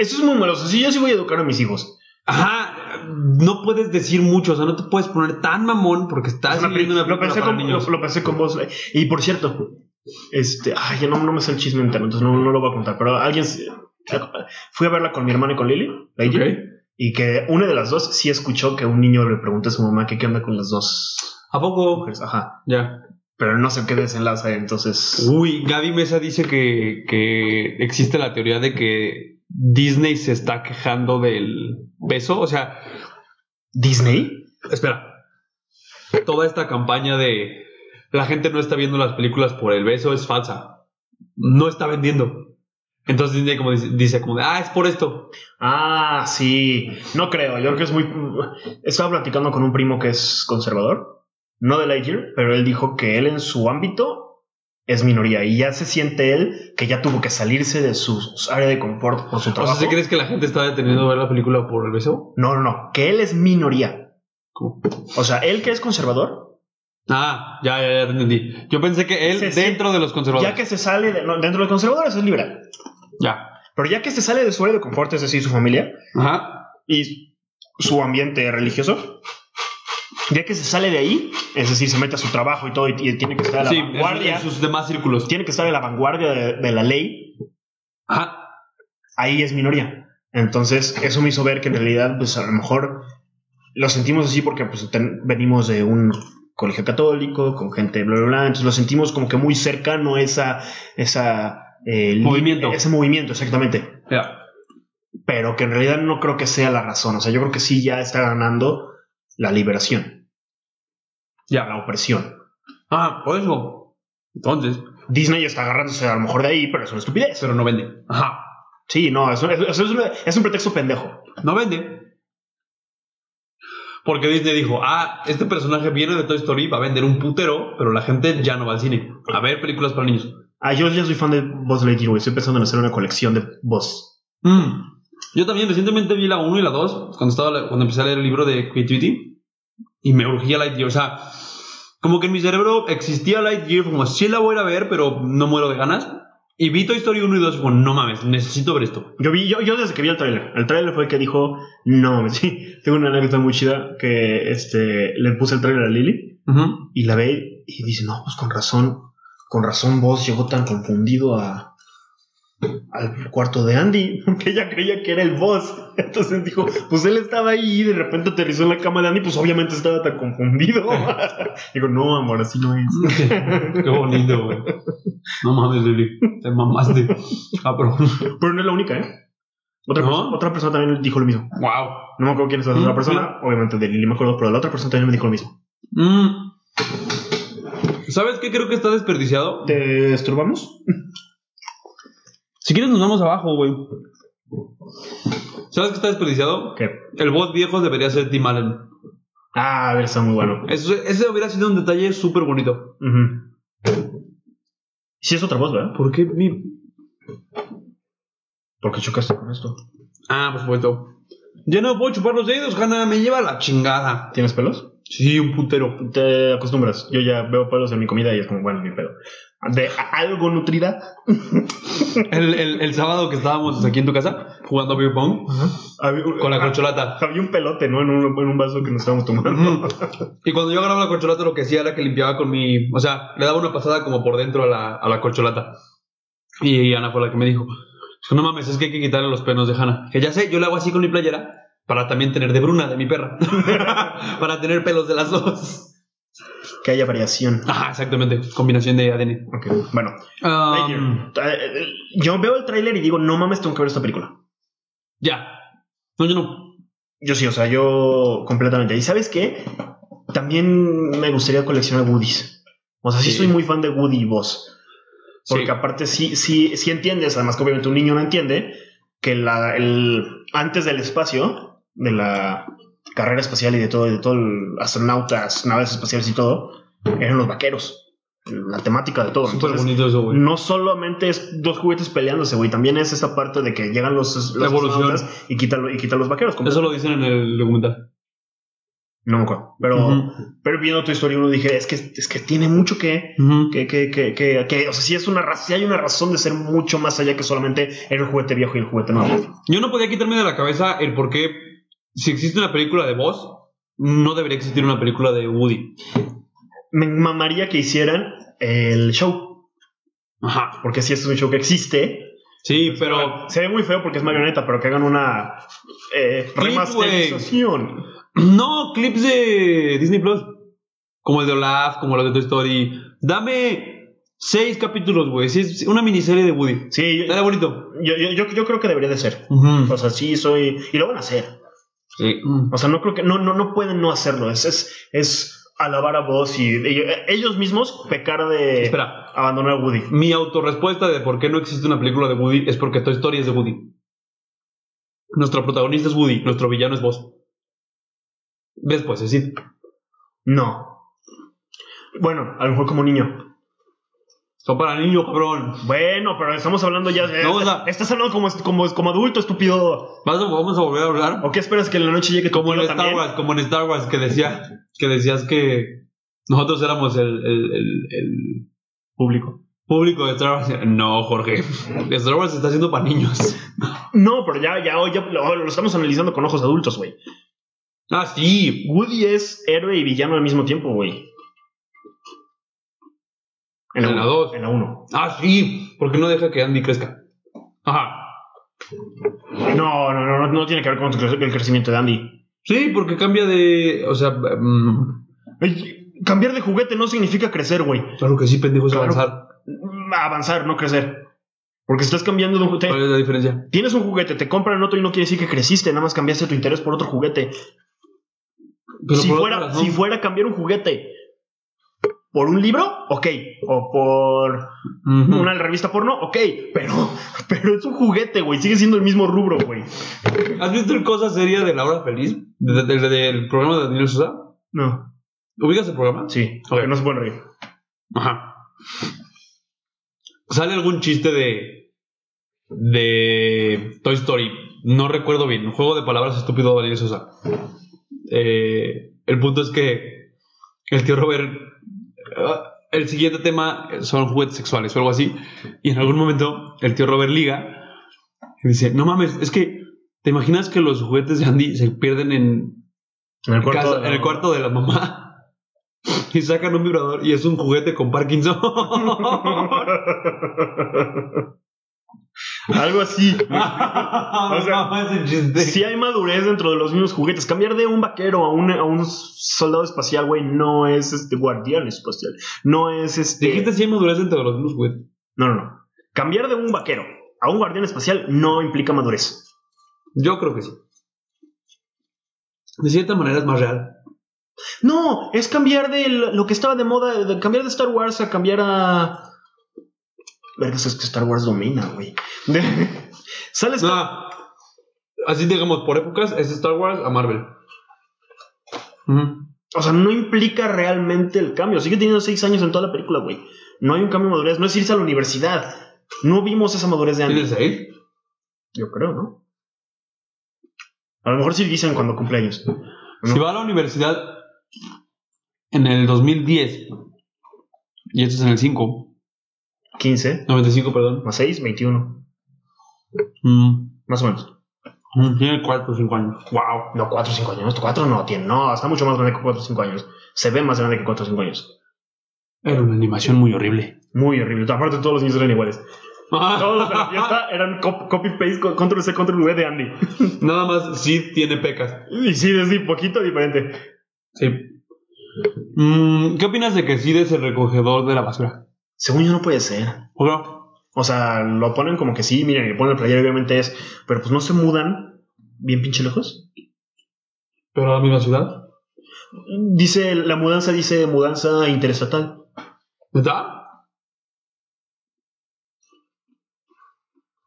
Speaker 1: Eso es muy malo. Sí, yo sí voy a educar a mis hijos.
Speaker 2: Ajá, no puedes decir mucho, o sea, no te puedes poner tan mamón porque estás
Speaker 1: Es una
Speaker 2: viendo
Speaker 1: peli-
Speaker 2: Ah, una
Speaker 1: lo,
Speaker 2: película
Speaker 1: pensé
Speaker 2: para
Speaker 1: con,
Speaker 2: niños.
Speaker 1: lo- lo pensé con vos. Y por cierto, este, ay, ya no, no me sé el chisme entero, entonces no, no lo voy a contar. Pero alguien se- fui a verla con mi hermana y con Lili, la Gigi,
Speaker 2: Ok.
Speaker 1: y que una de las dos sí escuchó que un niño le pregunta a su mamá que qué onda con las dos
Speaker 2: ¿A poco?
Speaker 1: mujeres. Ajá.
Speaker 2: Ya.
Speaker 1: Pero no sé qué desenlaza, entonces.
Speaker 2: Uy, Gaby Mesa dice que, que existe la teoría de que Disney se está quejando del beso. O sea,
Speaker 1: ¿Disney?
Speaker 2: espera. Toda esta campaña de la gente no está viendo las películas por el beso es falsa. No está vendiendo. Entonces Disney como dice, dice como de, ah, es por esto.
Speaker 1: Ah, sí. No creo. Yo creo que es muy. Estaba platicando con un primo que es conservador. No de Lightyear, pero él dijo que él en su ámbito es minoría. Y ya se siente él que ya tuvo que salirse de su área de confort por su
Speaker 2: O sea,
Speaker 1: trabajo.
Speaker 2: ¿sí crees que la gente está deteniendo ver la película por el beso?
Speaker 1: No, no, no. Que él es minoría.
Speaker 2: ¿Cómo?
Speaker 1: O sea, él que es conservador,
Speaker 2: Ah, ya, ya, ya te entendí. Yo pensé que él
Speaker 1: Sí, sí.
Speaker 2: dentro de los
Speaker 1: ya
Speaker 2: conservadores.
Speaker 1: que se sale de- no, dentro de los conservadores es liberal.
Speaker 2: Ya.
Speaker 1: Pero ya que se sale de su área de confort, es decir, su familia
Speaker 2: Ajá.
Speaker 1: y su ambiente religioso. Ya que se sale de ahí, es decir, se mete a su trabajo y todo, y, y tiene que estar a la
Speaker 2: Sí, en sus-
Speaker 1: vanguardia.
Speaker 2: en sus demás círculos.
Speaker 1: tiene que estar en la vanguardia de, de la ley,
Speaker 2: Ajá.
Speaker 1: ahí es minoría. Entonces, eso me hizo ver que en realidad, pues a lo mejor lo sentimos así porque pues, ten- venimos de un colegio católico, con gente bla, bla, bla. Entonces, lo sentimos como que muy cercano a esa, esa, eh, li-
Speaker 2: Movimiento.
Speaker 1: Ese movimiento, exactamente.
Speaker 2: Ya.
Speaker 1: Pero que en realidad no creo que sea la razón. O sea, yo creo que sí ya está ganando la liberación,
Speaker 2: Ya.
Speaker 1: la opresión.
Speaker 2: Ah, por eso. Entonces.
Speaker 1: Disney está agarrándose a lo mejor de ahí, pero es una estupidez.
Speaker 2: Pero no vende. Ajá.
Speaker 1: Sí, no, es un, es- es un- es un pretexto pendejo.
Speaker 2: No vende. Porque Disney dijo, ah, este personaje viene de Toy Story, va a vender un putero, pero la gente ya no va al cine. A ver películas para niños.
Speaker 1: Ah, yo ya soy fan de Buzz Lightyear, güey. Estoy pensando en hacer una colección de Buzz.
Speaker 2: Mm. Yo también recientemente vi la 1 y la 2 cuando, estaba, le- cuando empecé a leer el libro de Creativity y me urgía Lightyear. O sea, como que en mi cerebro existía Lightyear, como sí la voy a ir a ver, pero no muero de ganas. Y vi Toy Story 1 y 2 y como, no mames, necesito ver esto.
Speaker 1: Yo vi, yo, yo desde que vi el tráiler. El tráiler fue el que dijo, no mames, sí. Tengo una anécdota muy chida que este, le puse el tráiler a Lily
Speaker 2: Ujú.
Speaker 1: y la ve y dice, no, pues con razón, con razón Buzz llegó tan confundido a al cuarto de Andy, porque ella creía que era el Buzz. Entonces dijo, pues él estaba ahí y de repente aterrizó en la cama de Andy, pues obviamente estaba tan confundido. Digo, no, amor, así no es.
Speaker 2: Qué bonito, güey. No mames, Lili, te mamaste. Cabrón.
Speaker 1: Pero no es la única, ¿eh? Otra,
Speaker 2: ¿No?
Speaker 1: persona, otra persona también dijo lo mismo.
Speaker 2: Wow.
Speaker 1: No me acuerdo quién es la otra
Speaker 2: Mm,
Speaker 1: persona, obviamente de Lili me acuerdo, pero la otra persona también me dijo lo mismo.
Speaker 2: Mm. ¿Sabes qué creo que está desperdiciado?
Speaker 1: ¿Te estorbamos?
Speaker 2: Si quieres nos vamos abajo, güey. ¿Sabes qué está desperdiciado?
Speaker 1: ¿Qué?
Speaker 2: El bot viejo debería ser Tim Allen.
Speaker 1: Ah, a ver, está muy bueno.
Speaker 2: Eso- ese hubiera sido un detalle súper bonito.
Speaker 1: Ujú. Sí es otra voz, ¿verdad?
Speaker 2: ¿Por qué mi...?
Speaker 1: Porque chocaste con esto.
Speaker 2: Ah, por supuesto. Ya no puedo chupar los dedos, Hanna. Me lleva la chingada.
Speaker 1: ¿Tienes pelos?
Speaker 2: Sí, un putero.
Speaker 1: Te acostumbras. Yo ya veo pelos en mi comida y es como, bueno, mi pedo. De a- algo nutrida.
Speaker 2: El, el- el sábado que estábamos aquí en tu casa jugando beer pong
Speaker 1: Había, un-
Speaker 2: con la corcholata.
Speaker 1: había un pelote, ¿no? En un, en un vaso que nos estábamos tomando.
Speaker 2: Ujú. Y cuando yo agarraba la corcholata, lo que hacía era que limpiaba con mi. O sea, le daba una pasada como por dentro a la, a la corcholata. Y Ana fue la que me dijo: No mames, es que hay que quitarle los penos de Hanna. Que ya sé, yo le hago así con mi playera para también tener de Bruna, de mi perra. para tener pelos de las dos.
Speaker 1: que haya variación.
Speaker 2: Ajá, exactamente. Combinación de ADN.
Speaker 1: Ok, bueno.
Speaker 2: Um,
Speaker 1: Lightyear. Eh, eh, Yo veo el tráiler y digo, no mames, tengo que ver esta película.
Speaker 2: ya. No, yo no.
Speaker 1: Yo sí, o sea, yo completamente. ¿Y sabes qué? También me gustaría coleccionar Woodies. O sea, sí,
Speaker 2: Sí.
Speaker 1: soy muy fan de Woody y vos. Porque
Speaker 2: Sí.
Speaker 1: aparte sí, sí, sí entiendes, además que obviamente un niño no entiende, que la, el, antes del espacio, de la carrera espacial y de todo, de todo el astronautas, naves espaciales y todo, eran los vaqueros. La temática de todo.
Speaker 2: Súper
Speaker 1: Entonces,
Speaker 2: bonito eso, güey.
Speaker 1: no solamente es dos juguetes peleándose, güey, también es esa parte de que llegan los, los
Speaker 2: La evolución.
Speaker 1: astronautas y quitan, y quitan los vaqueros. como-
Speaker 2: Eso lo dicen en el documental.
Speaker 1: No me acuerdo. Pero,
Speaker 2: Ujú.
Speaker 1: pero viendo tu historia, uno dije, es que, es que tiene mucho que.
Speaker 2: Ujú.
Speaker 1: Que, que, que, que, que- o sea, sí, es una, ra- sí hay una razón de ser mucho más allá que solamente el juguete viejo y el juguete nuevo.
Speaker 2: Yo no podía quitarme de la cabeza el por qué, si existe una película de Buzz, no debería existir una película de Woody.
Speaker 1: Me mamaría que hicieran el show,
Speaker 2: Ajá.
Speaker 1: porque sí es un show que existe,
Speaker 2: Sí, pero
Speaker 1: Se ve muy feo porque es marioneta, pero que hagan una eh,
Speaker 2: güey.
Speaker 1: remasterización.
Speaker 2: no clips de Disney Plus. Como el de Olaf, como los de Toy Story. Dame seis capítulos, güey. Sí, es una miniserie de Woody.
Speaker 1: Sí, yo,
Speaker 2: Estaría bonito.
Speaker 1: yo, yo- yo- yo creo que debería de ser. O sea, sí soy. Y lo van a hacer.
Speaker 2: Sí.
Speaker 1: O sea, no creo que. No, no, no pueden no hacerlo. Es, es, es alabar a vos y, y- eh, ellos mismos pecar de
Speaker 2: Espera,
Speaker 1: abandonar a Woody.
Speaker 2: Mi autorrespuesta de por qué no existe una película de Woody es porque Toy Story es de Woody. Nuestro protagonista es Woody, nuestro villano es vos. ¿Ves? Pues es decir,
Speaker 1: No. Bueno, a lo mejor como niño.
Speaker 2: son para niños, cabrón.
Speaker 1: Bueno, pero estamos hablando ya.
Speaker 2: No, o sea-
Speaker 1: estás hablando como, como, como adulto, estúpido.
Speaker 2: ¿Vas a- vamos a volver a hablar.
Speaker 1: ¿O qué esperas que en la noche llegue tu
Speaker 2: Como en
Speaker 1: tío
Speaker 2: Star
Speaker 1: también?
Speaker 2: Wars, como en Star Wars que decía, que decías que nosotros éramos el, el- el- el
Speaker 1: Público.
Speaker 2: público de Star Wars. No, Jorge. Star Wars se está haciendo para niños.
Speaker 1: No, pero ya, ya, ya lo, lo estamos analizando con ojos adultos, güey.
Speaker 2: Ah, sí.
Speaker 1: Woody es héroe y villano al mismo tiempo, güey.
Speaker 2: En la
Speaker 1: uno.
Speaker 2: dos.
Speaker 1: En la 1.
Speaker 2: Ah, sí. Porque no deja que Andy crezca. Ajá.
Speaker 1: No, no, no, no, no tiene que ver con cre- el crecimiento de Andy.
Speaker 2: Sí, porque cambia de. O sea. mm,
Speaker 1: Ey, cambiar de juguete no significa crecer, güey.
Speaker 2: Claro que sí, pendejos,
Speaker 1: Claro.
Speaker 2: avanzar.
Speaker 1: Avanzar, no crecer. Porque estás cambiando de un
Speaker 2: ¿Cuál
Speaker 1: juguete.
Speaker 2: es la diferencia?
Speaker 1: Tienes un juguete, te compran otro y no quiere decir que creciste, nada más cambiaste tu interés por otro juguete.
Speaker 2: Pero
Speaker 1: si,
Speaker 2: por
Speaker 1: fuera,
Speaker 2: otra razón.
Speaker 1: si fuera cambiar un juguete por un libro, ok. O por
Speaker 2: Ujú.
Speaker 1: una revista porno, ok, pero, pero es un juguete, güey. Sigue siendo el mismo rubro, güey.
Speaker 2: ¿Has visto el cosa seria de Laura Feliz? De- de- de- del programa de Daniel Sosa.
Speaker 1: No.
Speaker 2: ¿Ubicas el programa?
Speaker 1: Sí.
Speaker 2: Ok.
Speaker 1: No se pueden reír.
Speaker 2: Ajá. Sale algún chiste de. de Toy Story. No recuerdo bien. Un juego de palabras estúpido de Daniel Sosa. Eh, el punto es que el tío Robert. ah, El siguiente tema son juguetes sexuales o algo así. Y en algún momento el tío Robert liga y dice: No mames, es que. ¿Te imaginas que los juguetes de Andy se pierden en
Speaker 1: En el cuarto.
Speaker 2: casa- en el cuarto de la mamá. Y sacan un vibrador y es un juguete con Parkinson.
Speaker 1: Algo así.
Speaker 2: o
Speaker 1: sea,
Speaker 2: ese chiste.
Speaker 1: Si hay madurez dentro de los mismos juguetes, cambiar de un vaquero a un, a un soldado espacial, güey, no es este guardián espacial. No es este.
Speaker 2: Dijiste si hay madurez entre los mismos juguetes.
Speaker 1: No, no, no. Cambiar de un vaquero a un guardián espacial no implica madurez.
Speaker 2: Yo creo que sí. De cierta manera es más real.
Speaker 1: No, es cambiar de lo lo que estaba de moda, de cambiar de Star Wars a cambiar a. Vergas, es que Star Wars domina, güey. Sales.
Speaker 2: No. Así digamos, por épocas es Star Wars a Marvel. Ujú.
Speaker 1: O sea, no implica realmente el cambio. Sigue teniendo seis años en toda la película, güey. No hay un cambio de madurez. No es irse a la universidad. No vimos esa madurez de
Speaker 2: ¿Tiene
Speaker 1: Andy.
Speaker 2: seis?
Speaker 1: Yo creo, ¿no? A lo mejor sí dicen cuando cumple años. No.
Speaker 2: Si va a la universidad en el 2010, y esto es en el 5,
Speaker 1: 15
Speaker 2: 95, perdón.
Speaker 1: más 6, 21.
Speaker 2: Mm.
Speaker 1: Más o menos.
Speaker 2: Mm, Tiene 4 o 5 años.
Speaker 1: Wow. No, 4 o 5 años. 4 no tiene. No, está mucho más grande que 4 o 5 años. Se ve más grande que 4 o 5 años.
Speaker 2: Era una animación muy horrible.
Speaker 1: Muy horrible. Aparte, todos los niños eran iguales. Todos los de la
Speaker 2: Nada
Speaker 1: fiesta eran cop- copy-paste, co- control-C, control-V de Andy.
Speaker 2: más sí tiene pecas.
Speaker 1: Y sí, es un poquito diferente.
Speaker 2: Sí. Mm, ¿Qué opinas de que sí es el recogedor de la basura?
Speaker 1: Según yo, no puede ser.
Speaker 2: ¿O no?
Speaker 1: O sea, lo ponen como que sí, miren, y ponen el player, obviamente es, pero pues no se mudan bien pinche lejos.
Speaker 2: ¿Pero a la misma ciudad?
Speaker 1: Dice, la mudanza dice mudanza interestatal.
Speaker 2: ¿Está?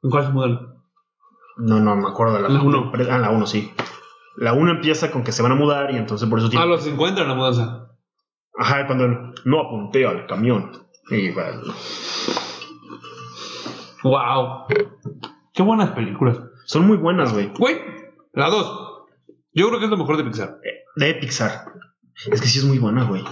Speaker 2: ¿En cuál se mudan?
Speaker 1: No, no, me acuerdo de la
Speaker 2: La uno.
Speaker 1: Ah, la 1, sí. La 1 empieza con que se van a mudar y entonces por eso
Speaker 2: Ah,
Speaker 1: tiene...
Speaker 2: los encuentran en la mudanza.
Speaker 1: Ajá, cuando no apunté al camión. Y bueno,
Speaker 2: ¡Wow! ¡Qué buenas películas!
Speaker 1: son muy buenas, güey.
Speaker 2: Güey, la 2. Yo creo que es lo mejor de Pixar.
Speaker 1: de Pixar. Es que sí es muy buena, güey.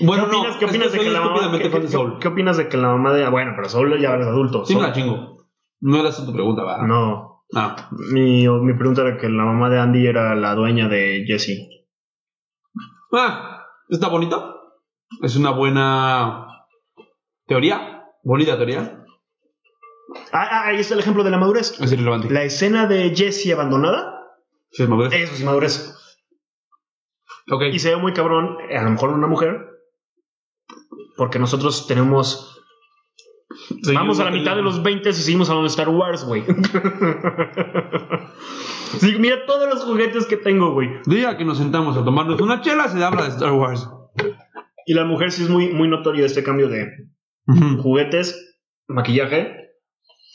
Speaker 2: Bueno,
Speaker 1: ¿Qué opinas,
Speaker 2: no.
Speaker 1: qué
Speaker 2: es que
Speaker 1: opinas de
Speaker 2: soy
Speaker 1: que la mamá...
Speaker 2: estúpidamente
Speaker 1: ¿qué,
Speaker 2: fan de
Speaker 1: qué-
Speaker 2: Soul.
Speaker 1: qué opinas de que la mamá de... Bueno, pero Soul ya eres adulto.
Speaker 2: Sí, me
Speaker 1: Soul-
Speaker 2: la chingo. No era asunto tu pregunta, ¿verdad?
Speaker 1: no.
Speaker 2: Ah.
Speaker 1: Mi, mi pregunta era que la mamá de Andy era la dueña de Jesse.
Speaker 2: Ah, está bonita. Es una buena teoría. Bonita teoría.
Speaker 1: Ah, ah, ahí está el ejemplo de la madurez.
Speaker 2: Es irrelevante.
Speaker 1: La escena de Jesse abandonada,
Speaker 2: Sí, es madurez.
Speaker 1: eso es madurez.
Speaker 2: ok.
Speaker 1: Y se ve muy cabrón, eh, a lo mejor una mujer, porque nosotros tenemos Vamos a la mitad de los 20 y seguimos hablando de Star Wars, güey. Sí, mira todos los juguetes que tengo, güey.
Speaker 2: Diga que nos sentamos a tomarnos una chela, se habla de Star Wars.
Speaker 1: Y la mujer sí es muy, muy notorio este cambio de
Speaker 2: Ujú.
Speaker 1: juguetes, maquillaje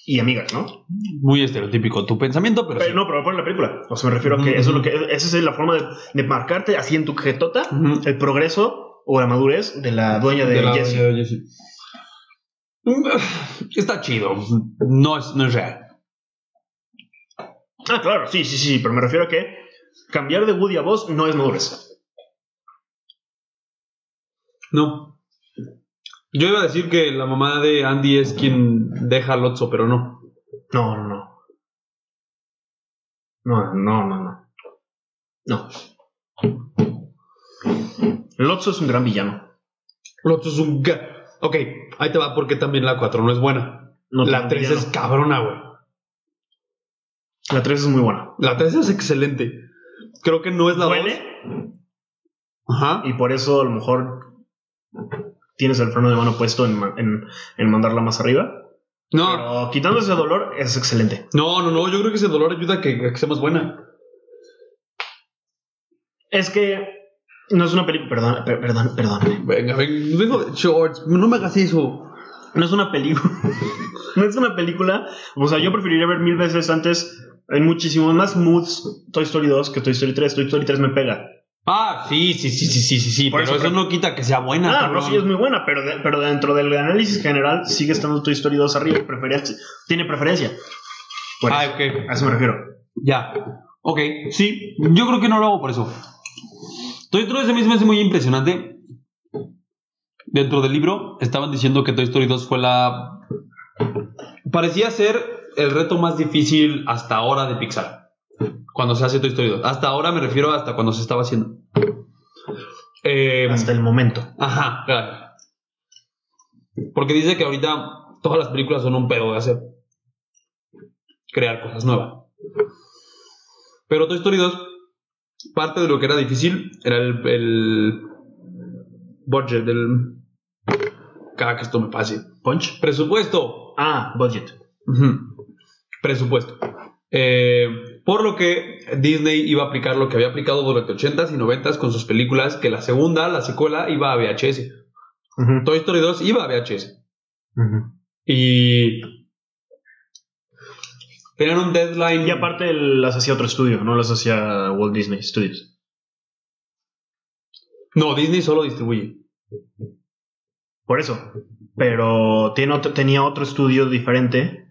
Speaker 1: y amigas, ¿no?
Speaker 2: Muy estereotípico tu pensamiento, pero,
Speaker 1: Pero
Speaker 2: sí.
Speaker 1: no, pero por la película. O sea, me refiero a que
Speaker 2: Ujú.
Speaker 1: eso es lo que. Esa es la forma de, de marcarte así en tu jetota
Speaker 2: Ujú.
Speaker 1: el progreso o la madurez de la dueña de,
Speaker 2: De la-
Speaker 1: Jessie.
Speaker 2: de Jessie. Está chido. No es, no es real.
Speaker 1: Ah, claro, sí, sí, sí. Pero me refiero a que cambiar de Woody a voz no es madurez.
Speaker 2: No. Yo iba a decir que la mamá de Andy es quien deja al Lotso, pero no.
Speaker 1: No, no, no. No, no, no, no. No. Lotso es un gran villano.
Speaker 2: Lotso es un... ga- Ok, ahí te va porque también la 4 no es buena.
Speaker 1: No
Speaker 2: la
Speaker 1: tan
Speaker 2: 3
Speaker 1: villano.
Speaker 2: es cabrona, güey.
Speaker 1: La 3 es muy buena.
Speaker 2: La 3 es excelente. Creo que no es la 2.
Speaker 1: Duele
Speaker 2: Ajá.
Speaker 1: y por eso a lo mejor tienes el freno de mano puesto en, ma- en- en mandarla más arriba.
Speaker 2: No.
Speaker 1: Pero quitando ese dolor es excelente.
Speaker 2: No, no, no, yo creo que ese dolor ayuda a que, a que sea más buena.
Speaker 1: Es que no es una película... Perdón, per- perdón, perdón.
Speaker 2: Venga, venga, vengo de shorts, no me hagas eso.
Speaker 1: No es una película. no es una película. O sea, yo preferiría ver mil veces antes. Hay muchísimos más moods Toy Story 2 que Toy Story 3. Toy Story 3 me pega.
Speaker 2: Ah, sí, sí, sí, sí, sí, sí, sí,
Speaker 1: Por
Speaker 2: pero
Speaker 1: eso,
Speaker 2: eso,
Speaker 1: pero-
Speaker 2: no quita que sea buena.
Speaker 1: Ah, no,
Speaker 2: cabrón.
Speaker 1: sí, es muy buena, pero, de- pero dentro del análisis general sigue estando Toy Story 2 arriba. Preferencia- tiene preferencia. Por
Speaker 2: Ah,
Speaker 1: eso.
Speaker 2: ok,
Speaker 1: A eso me refiero.
Speaker 2: ya. Ok, sí, yo creo que no lo hago por eso. Toy Story 2 a mí se me hace muy impresionante. Dentro del libro estaban diciendo que Toy Story 2 fue la... Parecía ser el reto más difícil hasta ahora de Pixar. Cuando se hace Toy Story 2. Hasta ahora me refiero hasta cuando se estaba haciendo. Eh,
Speaker 1: Hasta el momento.
Speaker 2: Ajá, claro. Porque dice que ahorita todas las películas son un pedo de hacer. Crear cosas nuevas. Pero Toy Story 2, parte de lo que era difícil era el, el budget del... Cada que esto me pase.
Speaker 1: Punch.
Speaker 2: Presupuesto.
Speaker 1: Ah, budget.
Speaker 2: Ujú. Presupuesto. Eh, por lo que Disney iba a aplicar lo que había aplicado durante 80s y 90s con sus películas, que la segunda, la secuela, iba a VHS.
Speaker 1: Ujú,
Speaker 2: Toy Story 2 iba a VHS.
Speaker 1: ujú.
Speaker 2: Y. Tenían un deadline.
Speaker 1: Y aparte el- las hacía otro estudio, no las hacía Walt Disney Studios.
Speaker 2: No, Disney solo distribuye.
Speaker 1: Por eso. Pero tiene otro- tenía otro estudio diferente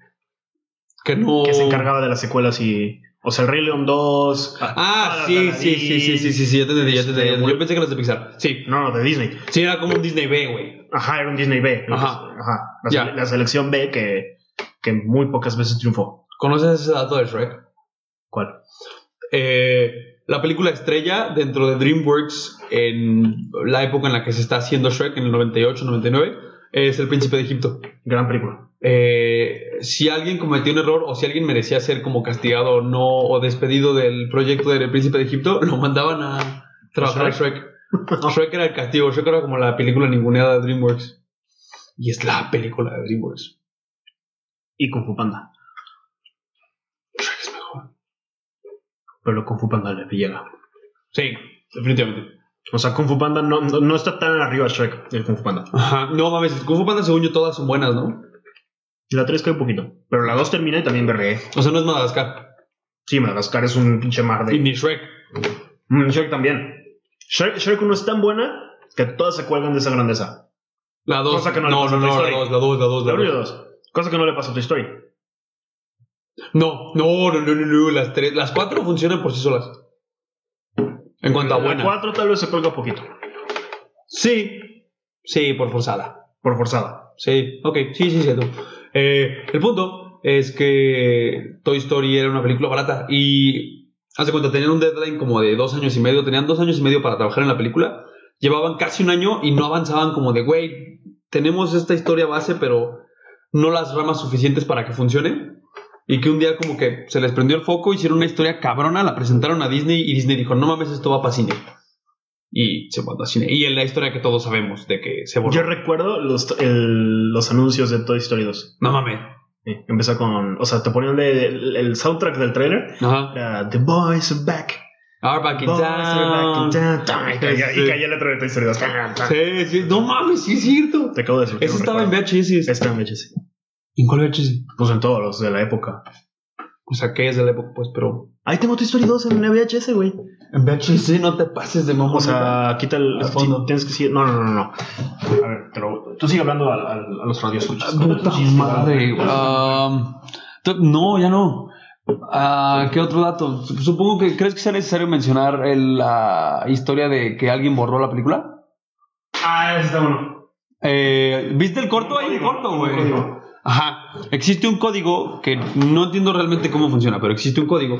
Speaker 2: Que no.
Speaker 1: que se encargaba de las secuelas y. O sea, el Rey León 2.
Speaker 2: Ah,
Speaker 1: Para
Speaker 2: sí,
Speaker 1: Aladdin.
Speaker 2: sí, sí, sí, sí, sí, sí, ya te entendí, ya te
Speaker 1: Este,
Speaker 2: entendí.
Speaker 1: muy-
Speaker 2: Yo pensé que las de Pixar. Sí.
Speaker 1: No, no, de Disney.
Speaker 2: Sí, era como un Disney B, güey.
Speaker 1: Ajá, era un Disney B.
Speaker 2: Ajá.
Speaker 1: Ajá. La,
Speaker 2: Ya.
Speaker 1: la selección B que, que muy pocas veces triunfó.
Speaker 2: ¿Conoces ese dato de Shrek?
Speaker 1: ¿Cuál?
Speaker 2: Eh, la película estrella dentro de DreamWorks en la época en la que se está haciendo Shrek, en el 98, 99, es El Príncipe de Egipto.
Speaker 1: Gran película.
Speaker 2: eh, si alguien cometió un error o si alguien merecía ser como castigado o no o despedido del proyecto del Príncipe de Egipto, lo mandaban a trabajar a Shrek. Shrek era el castigo, Shrek era como la película ninguneada de DreamWorks. Y es la película de DreamWorks.
Speaker 1: Y Kung Fu Panda.
Speaker 2: Shrek es mejor.
Speaker 1: Pero Kung Fu Panda le llega.
Speaker 2: Sí, definitivamente.
Speaker 1: O sea, Kung Fu Panda no, no, no está tan arriba Shrek, el Kung Fu Panda.
Speaker 2: Ajá. No mames, Kung Fu Panda según yo todas son buenas, ¿no?
Speaker 1: La 3 cae un poquito. Pero la 2 termina y también berreé.
Speaker 2: O sea, no es Madagascar.
Speaker 1: Sí, Madagascar es un pinche mar
Speaker 2: Y
Speaker 1: de.
Speaker 2: ni Shrek.
Speaker 1: Mm, Shrek también. Shrek, Shrek 1 es tan buena que todas se cuelgan de esa grandeza.
Speaker 2: La 2.
Speaker 1: Cosa que no
Speaker 2: no,
Speaker 1: le
Speaker 2: no,
Speaker 1: pasa a
Speaker 2: no,
Speaker 1: Toy
Speaker 2: la
Speaker 1: Story.
Speaker 2: 2, la 2, la 2,
Speaker 1: La
Speaker 2: la
Speaker 1: 1 y
Speaker 2: 2.
Speaker 1: 2. Cosa que no le pasa a tu historia.
Speaker 2: No, no, no, no, no, no, las tres, las cuatro funcionan por sí solas. En cuanto a
Speaker 1: La
Speaker 2: buena.
Speaker 1: 4 tal vez se cuelga poquito.
Speaker 2: Sí, sí, por forzada.
Speaker 1: Por forzada.
Speaker 2: Sí, ok, sí, sí, cierto. Eh, el punto es que Toy Story era una película barata y hace cuenta tenían un deadline como de dos años y medio, tenían dos años y medio para trabajar en la película, llevaban casi un año y no avanzaban como de, güey, tenemos esta historia base, pero no las ramas suficientes para que funcione. Y que un día como que se les prendió el foco, hicieron una historia cabrona, la presentaron a Disney y Disney dijo, no mames, esto va para cine. Y se mandó a cine. Y es la historia que todos sabemos de que se borró.
Speaker 1: Yo recuerdo los, el- los anuncios de Toy Story 2.
Speaker 2: No mames.
Speaker 1: Sí, empezó con. O sea, te ponían de- el, el soundtrack del trailer.
Speaker 2: Ajá.
Speaker 1: Era The Boys Are Back.
Speaker 2: Ahora back in
Speaker 1: Boys Are Back in
Speaker 2: town.
Speaker 1: town. Toma, Y caía y
Speaker 2: Sí.
Speaker 1: caía la letra de Toy Story 2.
Speaker 2: Sí, sí. No mames, sí es cierto.
Speaker 1: Te acabo de decir.
Speaker 2: Ese estaba en VHS.
Speaker 1: Estaba en VHS.
Speaker 2: ¿En cuál VHS?
Speaker 1: Pues en todos los de la época.
Speaker 2: O sea, que es de la época, pues, pero...
Speaker 1: Ahí tengo Toy Story 2 en una VHS, güey.
Speaker 2: En VHS no te pases de mamón.
Speaker 1: O sea, quita el.
Speaker 2: Al fondo.
Speaker 1: Tienes que seguir. No, no, no, no. A ver, pero tú sigue hablando al- al- a los radioescuchas.
Speaker 2: Puta madre, güey. Ah, to- no, ya no. Ah, ¿Qué otro dato? Sup- Supongo que crees que sea necesario mencionar el- la historia de que alguien borró la película.
Speaker 1: Ah, ese está bueno.
Speaker 2: Eh, ¿Viste el corto? Hay un corto, güey.
Speaker 1: Código.
Speaker 2: Ajá. Existe un código que no entiendo realmente cómo funciona, pero existe un código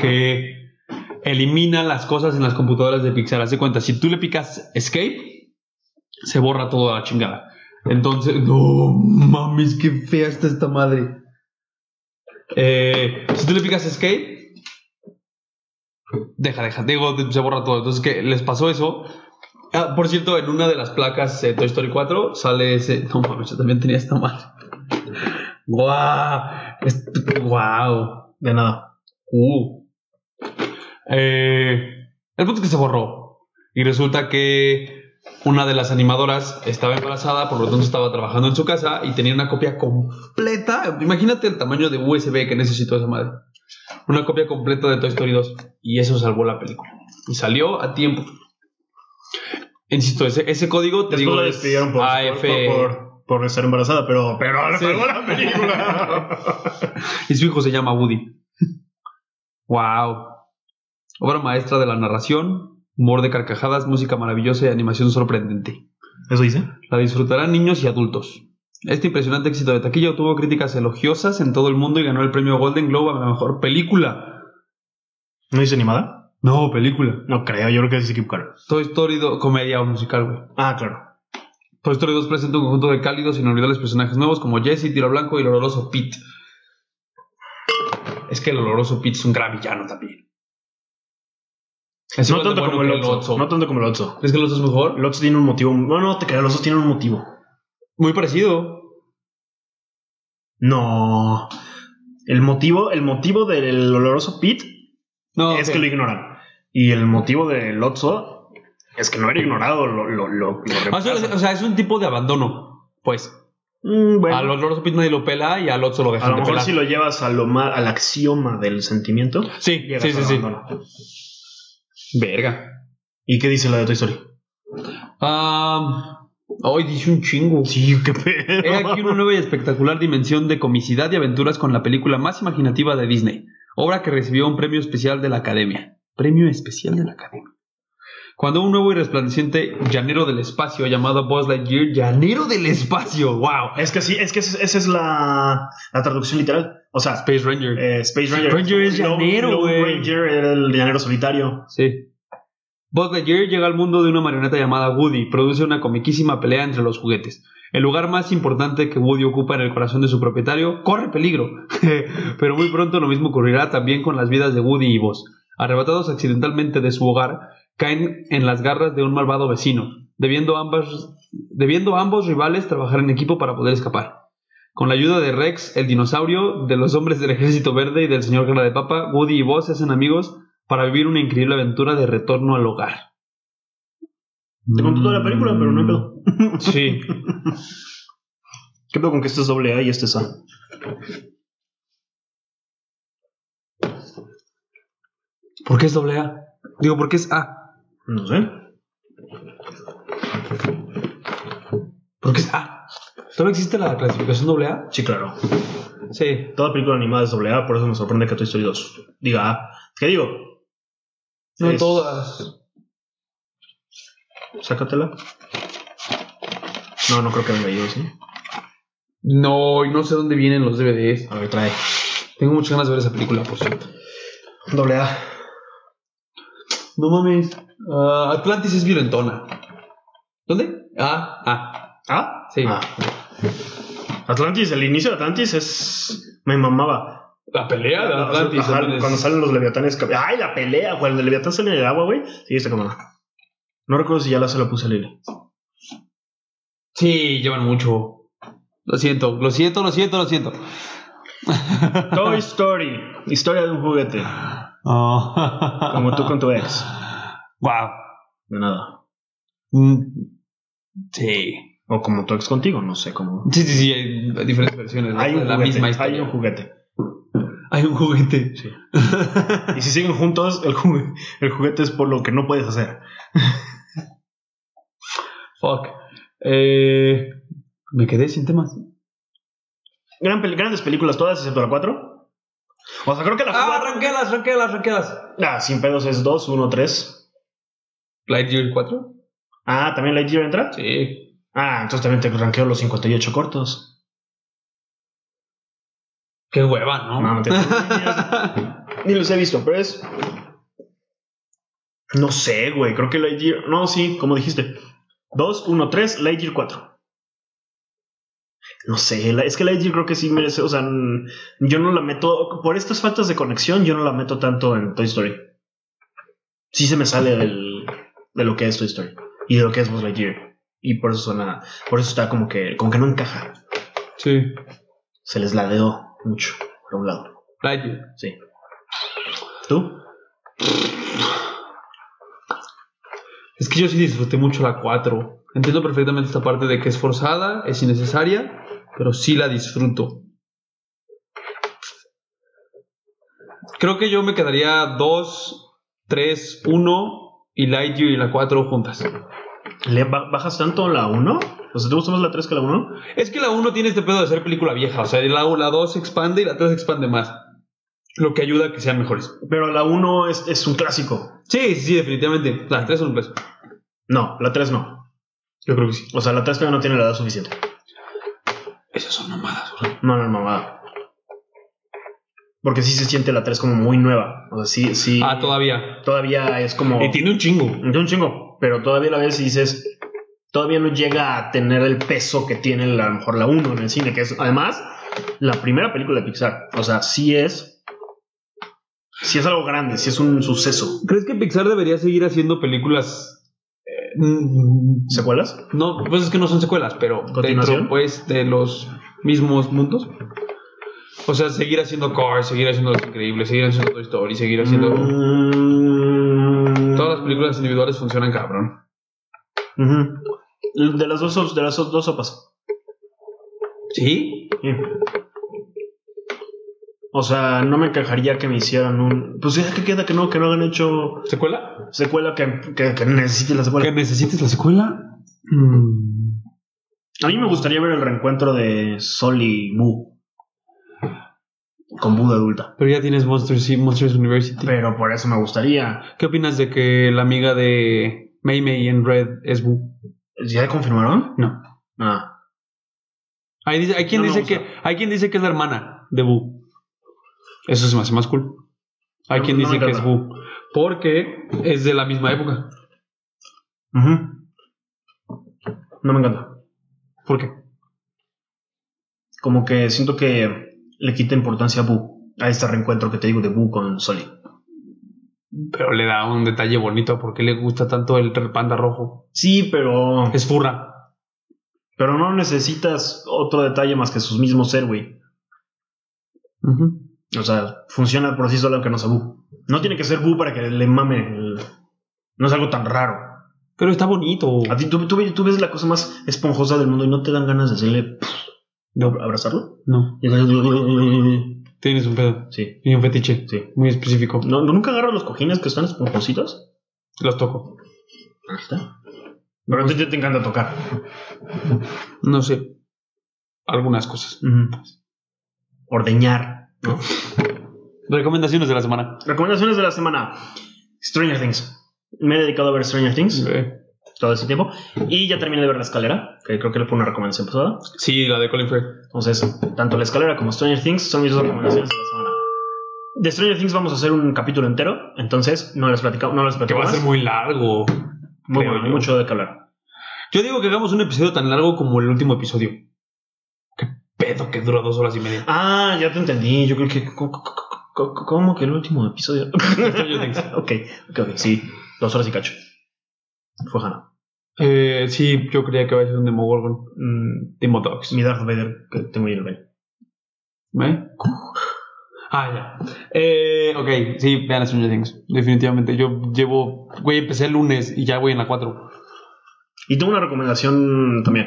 Speaker 2: que elimina las cosas en las computadoras de Pixar. Haz de cuenta, si tú le picas escape, se borra toda la chingada. Entonces, no mames, qué fea está esta madre. Eh, si tú le picas escape, deja, deja, digo, se borra todo. Entonces, ¿qué? Les pasó eso. Ah, por cierto, en una de las placas de Toy Story 4 sale ese. No mames, yo también tenía esta madre. ¡Guau! Est- ¡Guau!
Speaker 1: De nada.
Speaker 2: ¡Uh! Eh, el punto es que se borró. Y resulta que una de las animadoras estaba embarazada, por lo tanto estaba trabajando en su casa y tenía una copia completa. Imagínate el tamaño de USB que necesitó esa madre. Una copia completa de Toy Story 2. Y eso salvó la película. Y salió a tiempo. Insisto, ese, ese código te
Speaker 1: Después
Speaker 2: digo
Speaker 1: la
Speaker 2: es
Speaker 1: despidieron por,
Speaker 2: AF.
Speaker 1: por, por, por estar embarazada, pero, pero le
Speaker 2: Sí.
Speaker 1: pagó la película.
Speaker 2: Y su hijo se llama Woody. wow. Obra maestra de la narración, humor de carcajadas, música maravillosa y animación sorprendente.
Speaker 1: ¿Eso dice?
Speaker 2: La disfrutarán niños y adultos. Este impresionante éxito de taquilla obtuvo críticas elogiosas en todo el mundo y ganó el premio Golden Globe a la mejor película.
Speaker 1: ¿No dice animada?
Speaker 2: No, película.
Speaker 1: No creo, yo creo que dice Keep Carter.
Speaker 2: Toy Story 2, comedia o musical, güey.
Speaker 1: Ah, claro.
Speaker 2: Toy Story 2 presenta un conjunto de cálidos y inolvidables personajes nuevos como Jesse, Tiro Blanco y el oloroso Pete. Es que el oloroso Pete es un gran villano también. Es
Speaker 1: No
Speaker 2: igual de
Speaker 1: tanto,
Speaker 2: bueno
Speaker 1: como el
Speaker 2: que
Speaker 1: Otso.
Speaker 2: Otso.
Speaker 1: No tanto como el Otso.
Speaker 2: ¿Crees que el Otso es mejor?
Speaker 1: El Otso tiene un motivo. No, no, te creo, el Otso tiene un motivo.
Speaker 2: Muy parecido.
Speaker 1: No. El motivo, el motivo del oloroso Pit
Speaker 2: No,
Speaker 1: es
Speaker 2: ok.
Speaker 1: que lo ignoran. Y el motivo del Otso es que no era ignorado, lo, lo, lo, lo
Speaker 2: Ah, eso es-
Speaker 1: reemplazan.
Speaker 2: o sea, es un tipo de abandono. Pues,
Speaker 1: Mm, bueno,
Speaker 2: al oloroso Pete nadie lo pela y al Otso lo
Speaker 1: a
Speaker 2: dejan
Speaker 1: lo
Speaker 2: de
Speaker 1: mejor
Speaker 2: pelar.
Speaker 1: si lo llevas a lo ma- al axioma del sentimiento.
Speaker 2: Sí,
Speaker 1: llegas
Speaker 2: sí, sí,
Speaker 1: al
Speaker 2: sí.
Speaker 1: abandono.
Speaker 2: Verga.
Speaker 1: ¿Y qué dice la de Toy Story?
Speaker 2: Ah, hoy dice un chingo.
Speaker 1: Sí, qué pedo.
Speaker 2: He aquí una nueva y espectacular dimensión de comicidad y aventuras con la película más imaginativa de Disney, obra que recibió un premio especial de la Academia. Premio especial de la Academia. Cuando un nuevo y resplandeciente llanero del espacio llamado Buzz Lightyear, llanero del espacio, wow.
Speaker 1: Es que sí, es que esa esa es la, la traducción literal. O sea,
Speaker 2: Space Ranger.
Speaker 1: eh, Space Ranger.
Speaker 2: Ranger es
Speaker 1: Lone-
Speaker 2: llanero,
Speaker 1: Lone
Speaker 2: güey.
Speaker 1: Ranger era el llanero solitario.
Speaker 2: Sí. Buzz Lightyear llega al mundo de una marioneta llamada Woody y produce una comiquísima pelea entre los juguetes. El lugar más importante que Woody ocupa en el corazón de su propietario corre peligro, pero muy pronto lo mismo ocurrirá también con las vidas de Woody y Buzz. Arrebatados accidentalmente de su hogar, caen en las garras de un malvado vecino, debiendo, ambas, debiendo a ambos rivales trabajar en equipo para poder escapar. Con la ayuda de Rex, el dinosaurio, de los hombres del Ejército Verde y del señor Cara de Papa, Woody y Buzz se hacen amigos para vivir una increíble aventura de retorno al hogar. Mm.
Speaker 1: Te contó toda la película, pero no hay pedo.
Speaker 2: Sí.
Speaker 1: ¿Qué pedo con que este es doble A y este es A?
Speaker 2: ¿Por qué es doble A? Digo, ¿por qué es A?
Speaker 1: No sé.
Speaker 2: ¿Por qué es A? ¿Solo existe la clasificación doble A?
Speaker 1: Sí, claro.
Speaker 2: Sí.
Speaker 1: Toda película animada es doble A, por eso me sorprende que Toy Story 2 diga A. ¿Qué digo?
Speaker 2: No
Speaker 1: Es-
Speaker 2: todas.
Speaker 1: Sácatela. No, no creo que venga yo, ¿sí?
Speaker 2: No, y no sé dónde vienen los DVDs.
Speaker 1: A ver, trae.
Speaker 2: Tengo muchas ganas de ver esa película, por cierto.
Speaker 1: Doble A.
Speaker 2: No mames. Ah, Atlantis es violentona. ¿Dónde? Ah, ah.
Speaker 1: ¿Ah?
Speaker 2: Sí.
Speaker 1: Ah. Atlantis, el inicio de Atlantis es. Me mamaba.
Speaker 2: La pelea Ah, de
Speaker 1: Ajá,
Speaker 2: Atlantis. también es-
Speaker 1: cuando salen los leviatanes. que- ¡Ay, la pelea! Cuando el leviatán sale del agua, güey. Sí, esta cámara. No recuerdo si ya la se la puse a Lili.
Speaker 2: Sí, llevan mucho. Lo siento, lo siento, lo siento, lo siento.
Speaker 1: Toy Story. Historia de un juguete.
Speaker 2: Ah.
Speaker 1: Como tú con tu ex.
Speaker 2: Wow.
Speaker 1: De nada.
Speaker 2: Mm. Sí.
Speaker 1: O como tu ex contigo, no sé cómo.
Speaker 2: Sí, sí, sí, hay diferentes versiones. ¿no?
Speaker 1: Hay un
Speaker 2: la
Speaker 1: juguete.
Speaker 2: misma historia.
Speaker 1: hay un juguete.
Speaker 2: Hay un juguete.
Speaker 1: Sí. Y si siguen juntos, el, jugu- el juguete es por lo que no puedes hacer.
Speaker 2: Fuck. Eh, me quedé sin temas.
Speaker 1: Gran pel- grandes películas todas, excepto la 4. O sea, creo que la
Speaker 2: Ah,
Speaker 1: 4.
Speaker 2: ranquelas, ranquelas, ranquelas.
Speaker 1: Ah, sin pedos es 2, 1, 3.
Speaker 2: Lightyear 4?
Speaker 1: Ah, ¿también Lightyear entra?
Speaker 2: Sí.
Speaker 1: Ah, entonces también te ranqueo los 58 cortos.
Speaker 2: Qué hueva, ¿no?
Speaker 1: No, no te- Ni los he visto, pero es. No sé, güey. Creo que Lightyear. No, sí, como dijiste. 2, 1, 3, Lightyear 4. No sé, la- es que Lightyear creo que sí merece. O sea, n- yo no la meto. Por estas faltas de conexión, yo no la meto tanto en Toy Story. Sí se me sale del, de lo que es Toy Story y de lo que es Buzz Lightyear. Y por eso suena. Por eso está como que, como que no encaja.
Speaker 2: sí.
Speaker 1: Se les ladeó mucho por un lado.
Speaker 2: Lightyear.
Speaker 1: Sí. ¿Tú?
Speaker 2: Es que yo sí disfruté mucho la 4. Entiendo perfectamente esta parte de que es forzada, es innecesaria, pero sí la disfruto. Creo que yo me quedaría 2, 3, 1 y Lightyear y la 4 juntas.
Speaker 1: ¿Le ba- bajas tanto la 1? O sea, ¿te gusta más la 3 que la 1?
Speaker 2: Es que la 1 tiene este pedo de ser película vieja. O sea, la 2 expande y la 3 expande más. Lo que ayuda a que sean mejores.
Speaker 1: Pero la 1 es, es un clásico.
Speaker 2: Sí, sí, sí, definitivamente. Las 3 son un peso.
Speaker 1: No, la 3 no.
Speaker 2: Yo creo que sí.
Speaker 1: O sea, la 3 todavía no tiene la edad suficiente.
Speaker 2: Esas son mamadas, bro.
Speaker 1: No, no, mamada. Porque sí se siente la 3 como muy nueva. O sea, sí, sí.
Speaker 2: Ah, todavía.
Speaker 1: Todavía es como.
Speaker 2: Y tiene un chingo.
Speaker 1: De un chingo. Pero todavía la ves y dices. Todavía no llega a tener el peso que tiene la- a lo mejor la 1 en el cine, que es además la primera película de Pixar. O sea, sí es. Sí es algo grande, sí es un suceso.
Speaker 2: ¿Crees que Pixar debería seguir haciendo películas? eh, mm,
Speaker 1: ¿Secuelas?
Speaker 2: no, pues es que no son secuelas, pero dentro
Speaker 1: ¿Continuación?
Speaker 2: pues de los mismos mundos. O sea, seguir haciendo Cars, seguir haciendo Los Increíbles, seguir haciendo Toy Story, seguir haciendo...
Speaker 1: Mm.
Speaker 2: Todas las películas individuales funcionan cabrón.
Speaker 1: Ujú. De las dos, sop- de las so- dos sopas.
Speaker 2: ¿Sí?
Speaker 1: Sí. O sea, no me encajaría que me hicieran un. Pues ya que queda que no, que no hagan hecho
Speaker 2: ¿Secuela?
Speaker 1: secuela que, que, que necesite la secuela.
Speaker 2: necesites la secuela? Mm.
Speaker 1: A mí me gustaría ver el reencuentro de Sol y Boo. Con Boo de adulta.
Speaker 2: Pero ya tienes Monsters, sí, Monsters University.
Speaker 1: Pero por eso me gustaría.
Speaker 2: ¿Qué opinas de que la amiga de May May en Red es Boo?
Speaker 1: ¿Ya confirmaron?
Speaker 2: No.
Speaker 1: Ah.
Speaker 2: Hay, dice- hay quien
Speaker 1: No me
Speaker 2: dice
Speaker 1: gusta.
Speaker 2: que hay quien dice que es la hermana de Boo. Eso se me hace más cool. Hay
Speaker 1: No,
Speaker 2: quien
Speaker 1: no
Speaker 2: dice
Speaker 1: me
Speaker 2: que es
Speaker 1: encanta.
Speaker 2: Boo. Porque es de la misma época.
Speaker 1: Ujú. No me encanta.
Speaker 2: ¿Por qué?
Speaker 1: como que siento que le quita importancia a Boo, a este reencuentro que te digo de Boo con Soli.
Speaker 2: Pero le da un detalle bonito porque le gusta tanto el panda rojo.
Speaker 1: Sí, pero,
Speaker 2: Es furra.
Speaker 1: pero no necesitas otro detalle más que sus mismos ser, güey. O sea, funciona por sí solo aunque no sea Boo. No tiene que ser Boo para que le mame. el- No es algo tan raro.
Speaker 2: Pero está bonito.
Speaker 1: A ti tú, tú ve- tú ves la cosa más esponjosa del mundo y no te dan ganas de decirle
Speaker 2: No,
Speaker 1: "Pff", abrazarlo.
Speaker 2: no. Tienes un pedo.
Speaker 1: Sí,
Speaker 2: Y un fetiche.
Speaker 1: sí.
Speaker 2: Muy específico.
Speaker 1: ¿No, ¿Nunca agarras los cojines que están esponjositos?
Speaker 2: Los toco.
Speaker 1: Ahí está. Pero a ti te encanta tocar.
Speaker 2: No sé. Algunas cosas.
Speaker 1: Ujú. Ordeñar. ¿no?
Speaker 2: Recomendaciones de la semana.
Speaker 1: Recomendaciones de la semana. Stranger Things. Me he dedicado a ver Stranger Things. todo ese tiempo. Y ya terminé de ver La Escalera, que creo que le fue una recomendación pasada.
Speaker 2: Sí, la de Colin Firth.
Speaker 1: Entonces, tanto La Escalera como Stranger Things son mis dos recomendaciones de la semana. De Stranger Things vamos a hacer un capítulo entero, entonces no les platicamos. No les
Speaker 2: Que
Speaker 1: platico
Speaker 2: va a
Speaker 1: más.
Speaker 2: ser muy largo.
Speaker 1: Muy
Speaker 2: creo
Speaker 1: bueno,
Speaker 2: yo.
Speaker 1: mucho de qué hablar.
Speaker 2: Yo digo que hagamos un episodio tan largo como el último episodio. Qué pedo que dura dos horas y media.
Speaker 1: Ah, ya te entendí. Yo creo que. co- co- co- co- co- ¿Cómo que el último episodio?
Speaker 2: Stranger Things.
Speaker 1: ok, ok, ok, sí. Dos horas y cacho. Fue Hannah.
Speaker 2: Eh, sí, yo creía que iba a ser un Demogorgon.
Speaker 1: Mm,
Speaker 2: Demodogs.
Speaker 1: mi Darth Vader, que tengo ahí en el baño.
Speaker 2: ¿Eh? Ah, ya. Eh, ok, sí, vean Stranger Things. Definitivamente. Yo llevo. Güey, empecé el lunes y ya voy en la 4.
Speaker 1: Y tengo una recomendación también.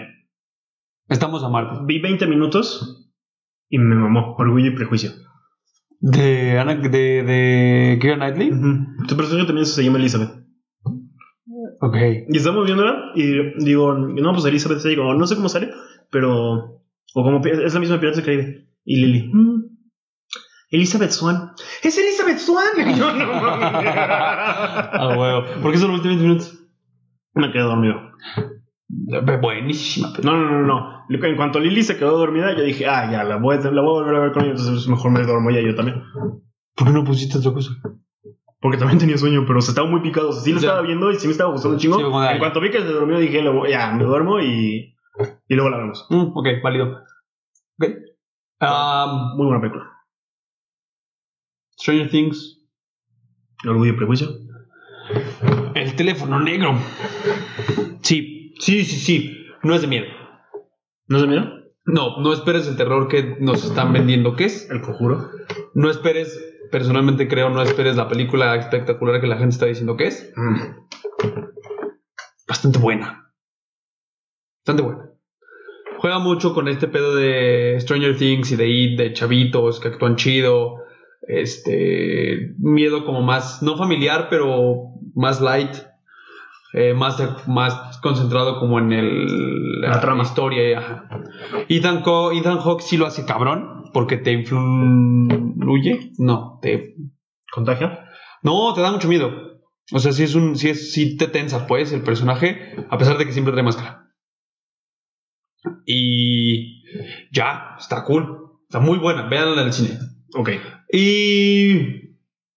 Speaker 2: Estamos a martes.
Speaker 1: Vi 20 minutos y me mamó. Orgullo y prejuicio.
Speaker 2: De Ana. De. de Keira Knightley.
Speaker 1: Tu personaje también se llama Elizabeth.
Speaker 2: Ok.
Speaker 1: Y estamos viéndola y digo, no, pues Elizabeth se digo, no sé cómo sale, pero. O como pi- es la misma Piratas del Caribe. Y Lily. mm, Elizabeth Swan. ¡Es Elizabeth Swan! Yo, no mames.
Speaker 2: Ah, huevo. ¿Por qué solo 20 minutos?
Speaker 1: Me quedé dormido.
Speaker 2: Eh, Buenísima.
Speaker 1: No, no, no, no. En cuanto Lily se quedó dormida, yo dije, ah, ya, la voy, a- la voy a volver a ver con ella, entonces mejor me duermo ya yo también.
Speaker 2: ¿Por qué no pusiste otra cosa?
Speaker 1: Porque también tenía sueño, pero se estaba muy picado. O sea, sí la
Speaker 2: Ya.
Speaker 1: estaba viendo y sí me estaba gustando un chingo.
Speaker 2: Sí, como de-
Speaker 1: en cuanto vi que se durmió, dije, "Le voy- ya, me duermo y, y luego la vemos.
Speaker 2: Mm, ok, válido. Ok. Um,
Speaker 1: Muy buena película.
Speaker 2: Stranger Things.
Speaker 1: Orgullo y prejuicio.
Speaker 2: El teléfono negro. Sí, sí, sí, sí. No es de miedo.
Speaker 1: ¿No se miedo?
Speaker 2: No, no esperes el terror que nos están vendiendo. ¿Qué es?
Speaker 1: El conjuro.
Speaker 2: No esperes, personalmente creo, no esperes la película espectacular que la gente está diciendo que es.
Speaker 1: Mm.
Speaker 2: Bastante buena. Bastante buena. Juega mucho con este pedo de Stranger Things y de It, de chavitos que actúan chido. Este. Miedo como más. No familiar, pero más light. eh, más, más concentrado como en el,
Speaker 1: La trama.
Speaker 2: historia. eh, ajá. Ethan, Co- Ethan Hawke sí lo hace cabrón. Porque te influye. No, te
Speaker 1: ¿Contagia?
Speaker 2: no, te da mucho miedo. O sea, si es un, si es, si te tensa, pues, el personaje, a pesar de que siempre trae máscara. Y ya, está cool. Está muy buena, véanla en el cine.
Speaker 1: Ok.
Speaker 2: Y.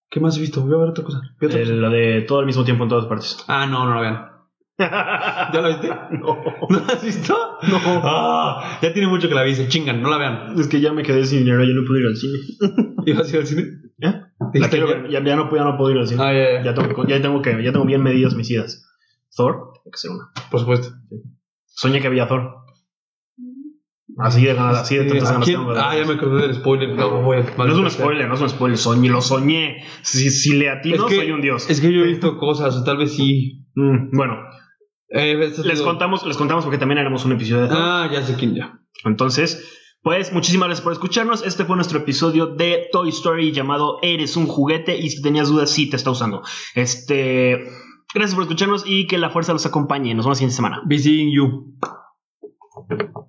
Speaker 2: ¿Qué más he visto? Voy a ver otra cosa. Vi otra
Speaker 1: Eh, la de todo al mismo tiempo en todas partes.
Speaker 2: cosa. Ah, no, no la vean. ¿Ya la viste?
Speaker 1: no.
Speaker 2: ¿No la has visto?
Speaker 1: No.
Speaker 2: Ah, ya tiene mucho que la vi, se chingan, no la vean.
Speaker 1: Es que ya me quedé sin dinero, ya no pude ir al cine.
Speaker 2: ¿Ibas a ir al cine?
Speaker 1: ¿Eh? La
Speaker 2: Dijiste
Speaker 1: quiero
Speaker 2: ya-
Speaker 1: ver, ya, ya no, ya no puedo ir al cine.
Speaker 2: Ah, ya, ya,
Speaker 1: Ya tengo, ya tengo que, ya tengo bien medidas mis idas. Thor, tiene que ser una.
Speaker 2: por supuesto.
Speaker 1: Soñé que había Thor. Mm. Así de ganas, así de
Speaker 2: Eh,
Speaker 1: tantas
Speaker 2: ¿a
Speaker 1: ganas
Speaker 2: quién?
Speaker 1: tengo de
Speaker 2: Ah, ya me acordé del spoiler. No, voy a-
Speaker 1: No es un spoiler, no es un spoiler. Soñé, lo soñé. Si, si le atino,
Speaker 2: Es que-
Speaker 1: soy un dios.
Speaker 2: Es que yo he visto cosas, o tal vez sí.
Speaker 1: Mm, bueno,
Speaker 2: Eh, esto
Speaker 1: les
Speaker 2: digo-
Speaker 1: contamos, les contamos porque también haremos un episodio de Thor.
Speaker 2: Ah, ya sé quién ya.
Speaker 1: Entonces, pues muchísimas gracias por escucharnos. Este fue nuestro episodio de Toy Story llamado Eres un juguete y si tenías dudas, sí te está usando. Este, gracias por escucharnos y que la fuerza los acompañe. Nos vemos la siguiente semana.
Speaker 2: Be seeing you.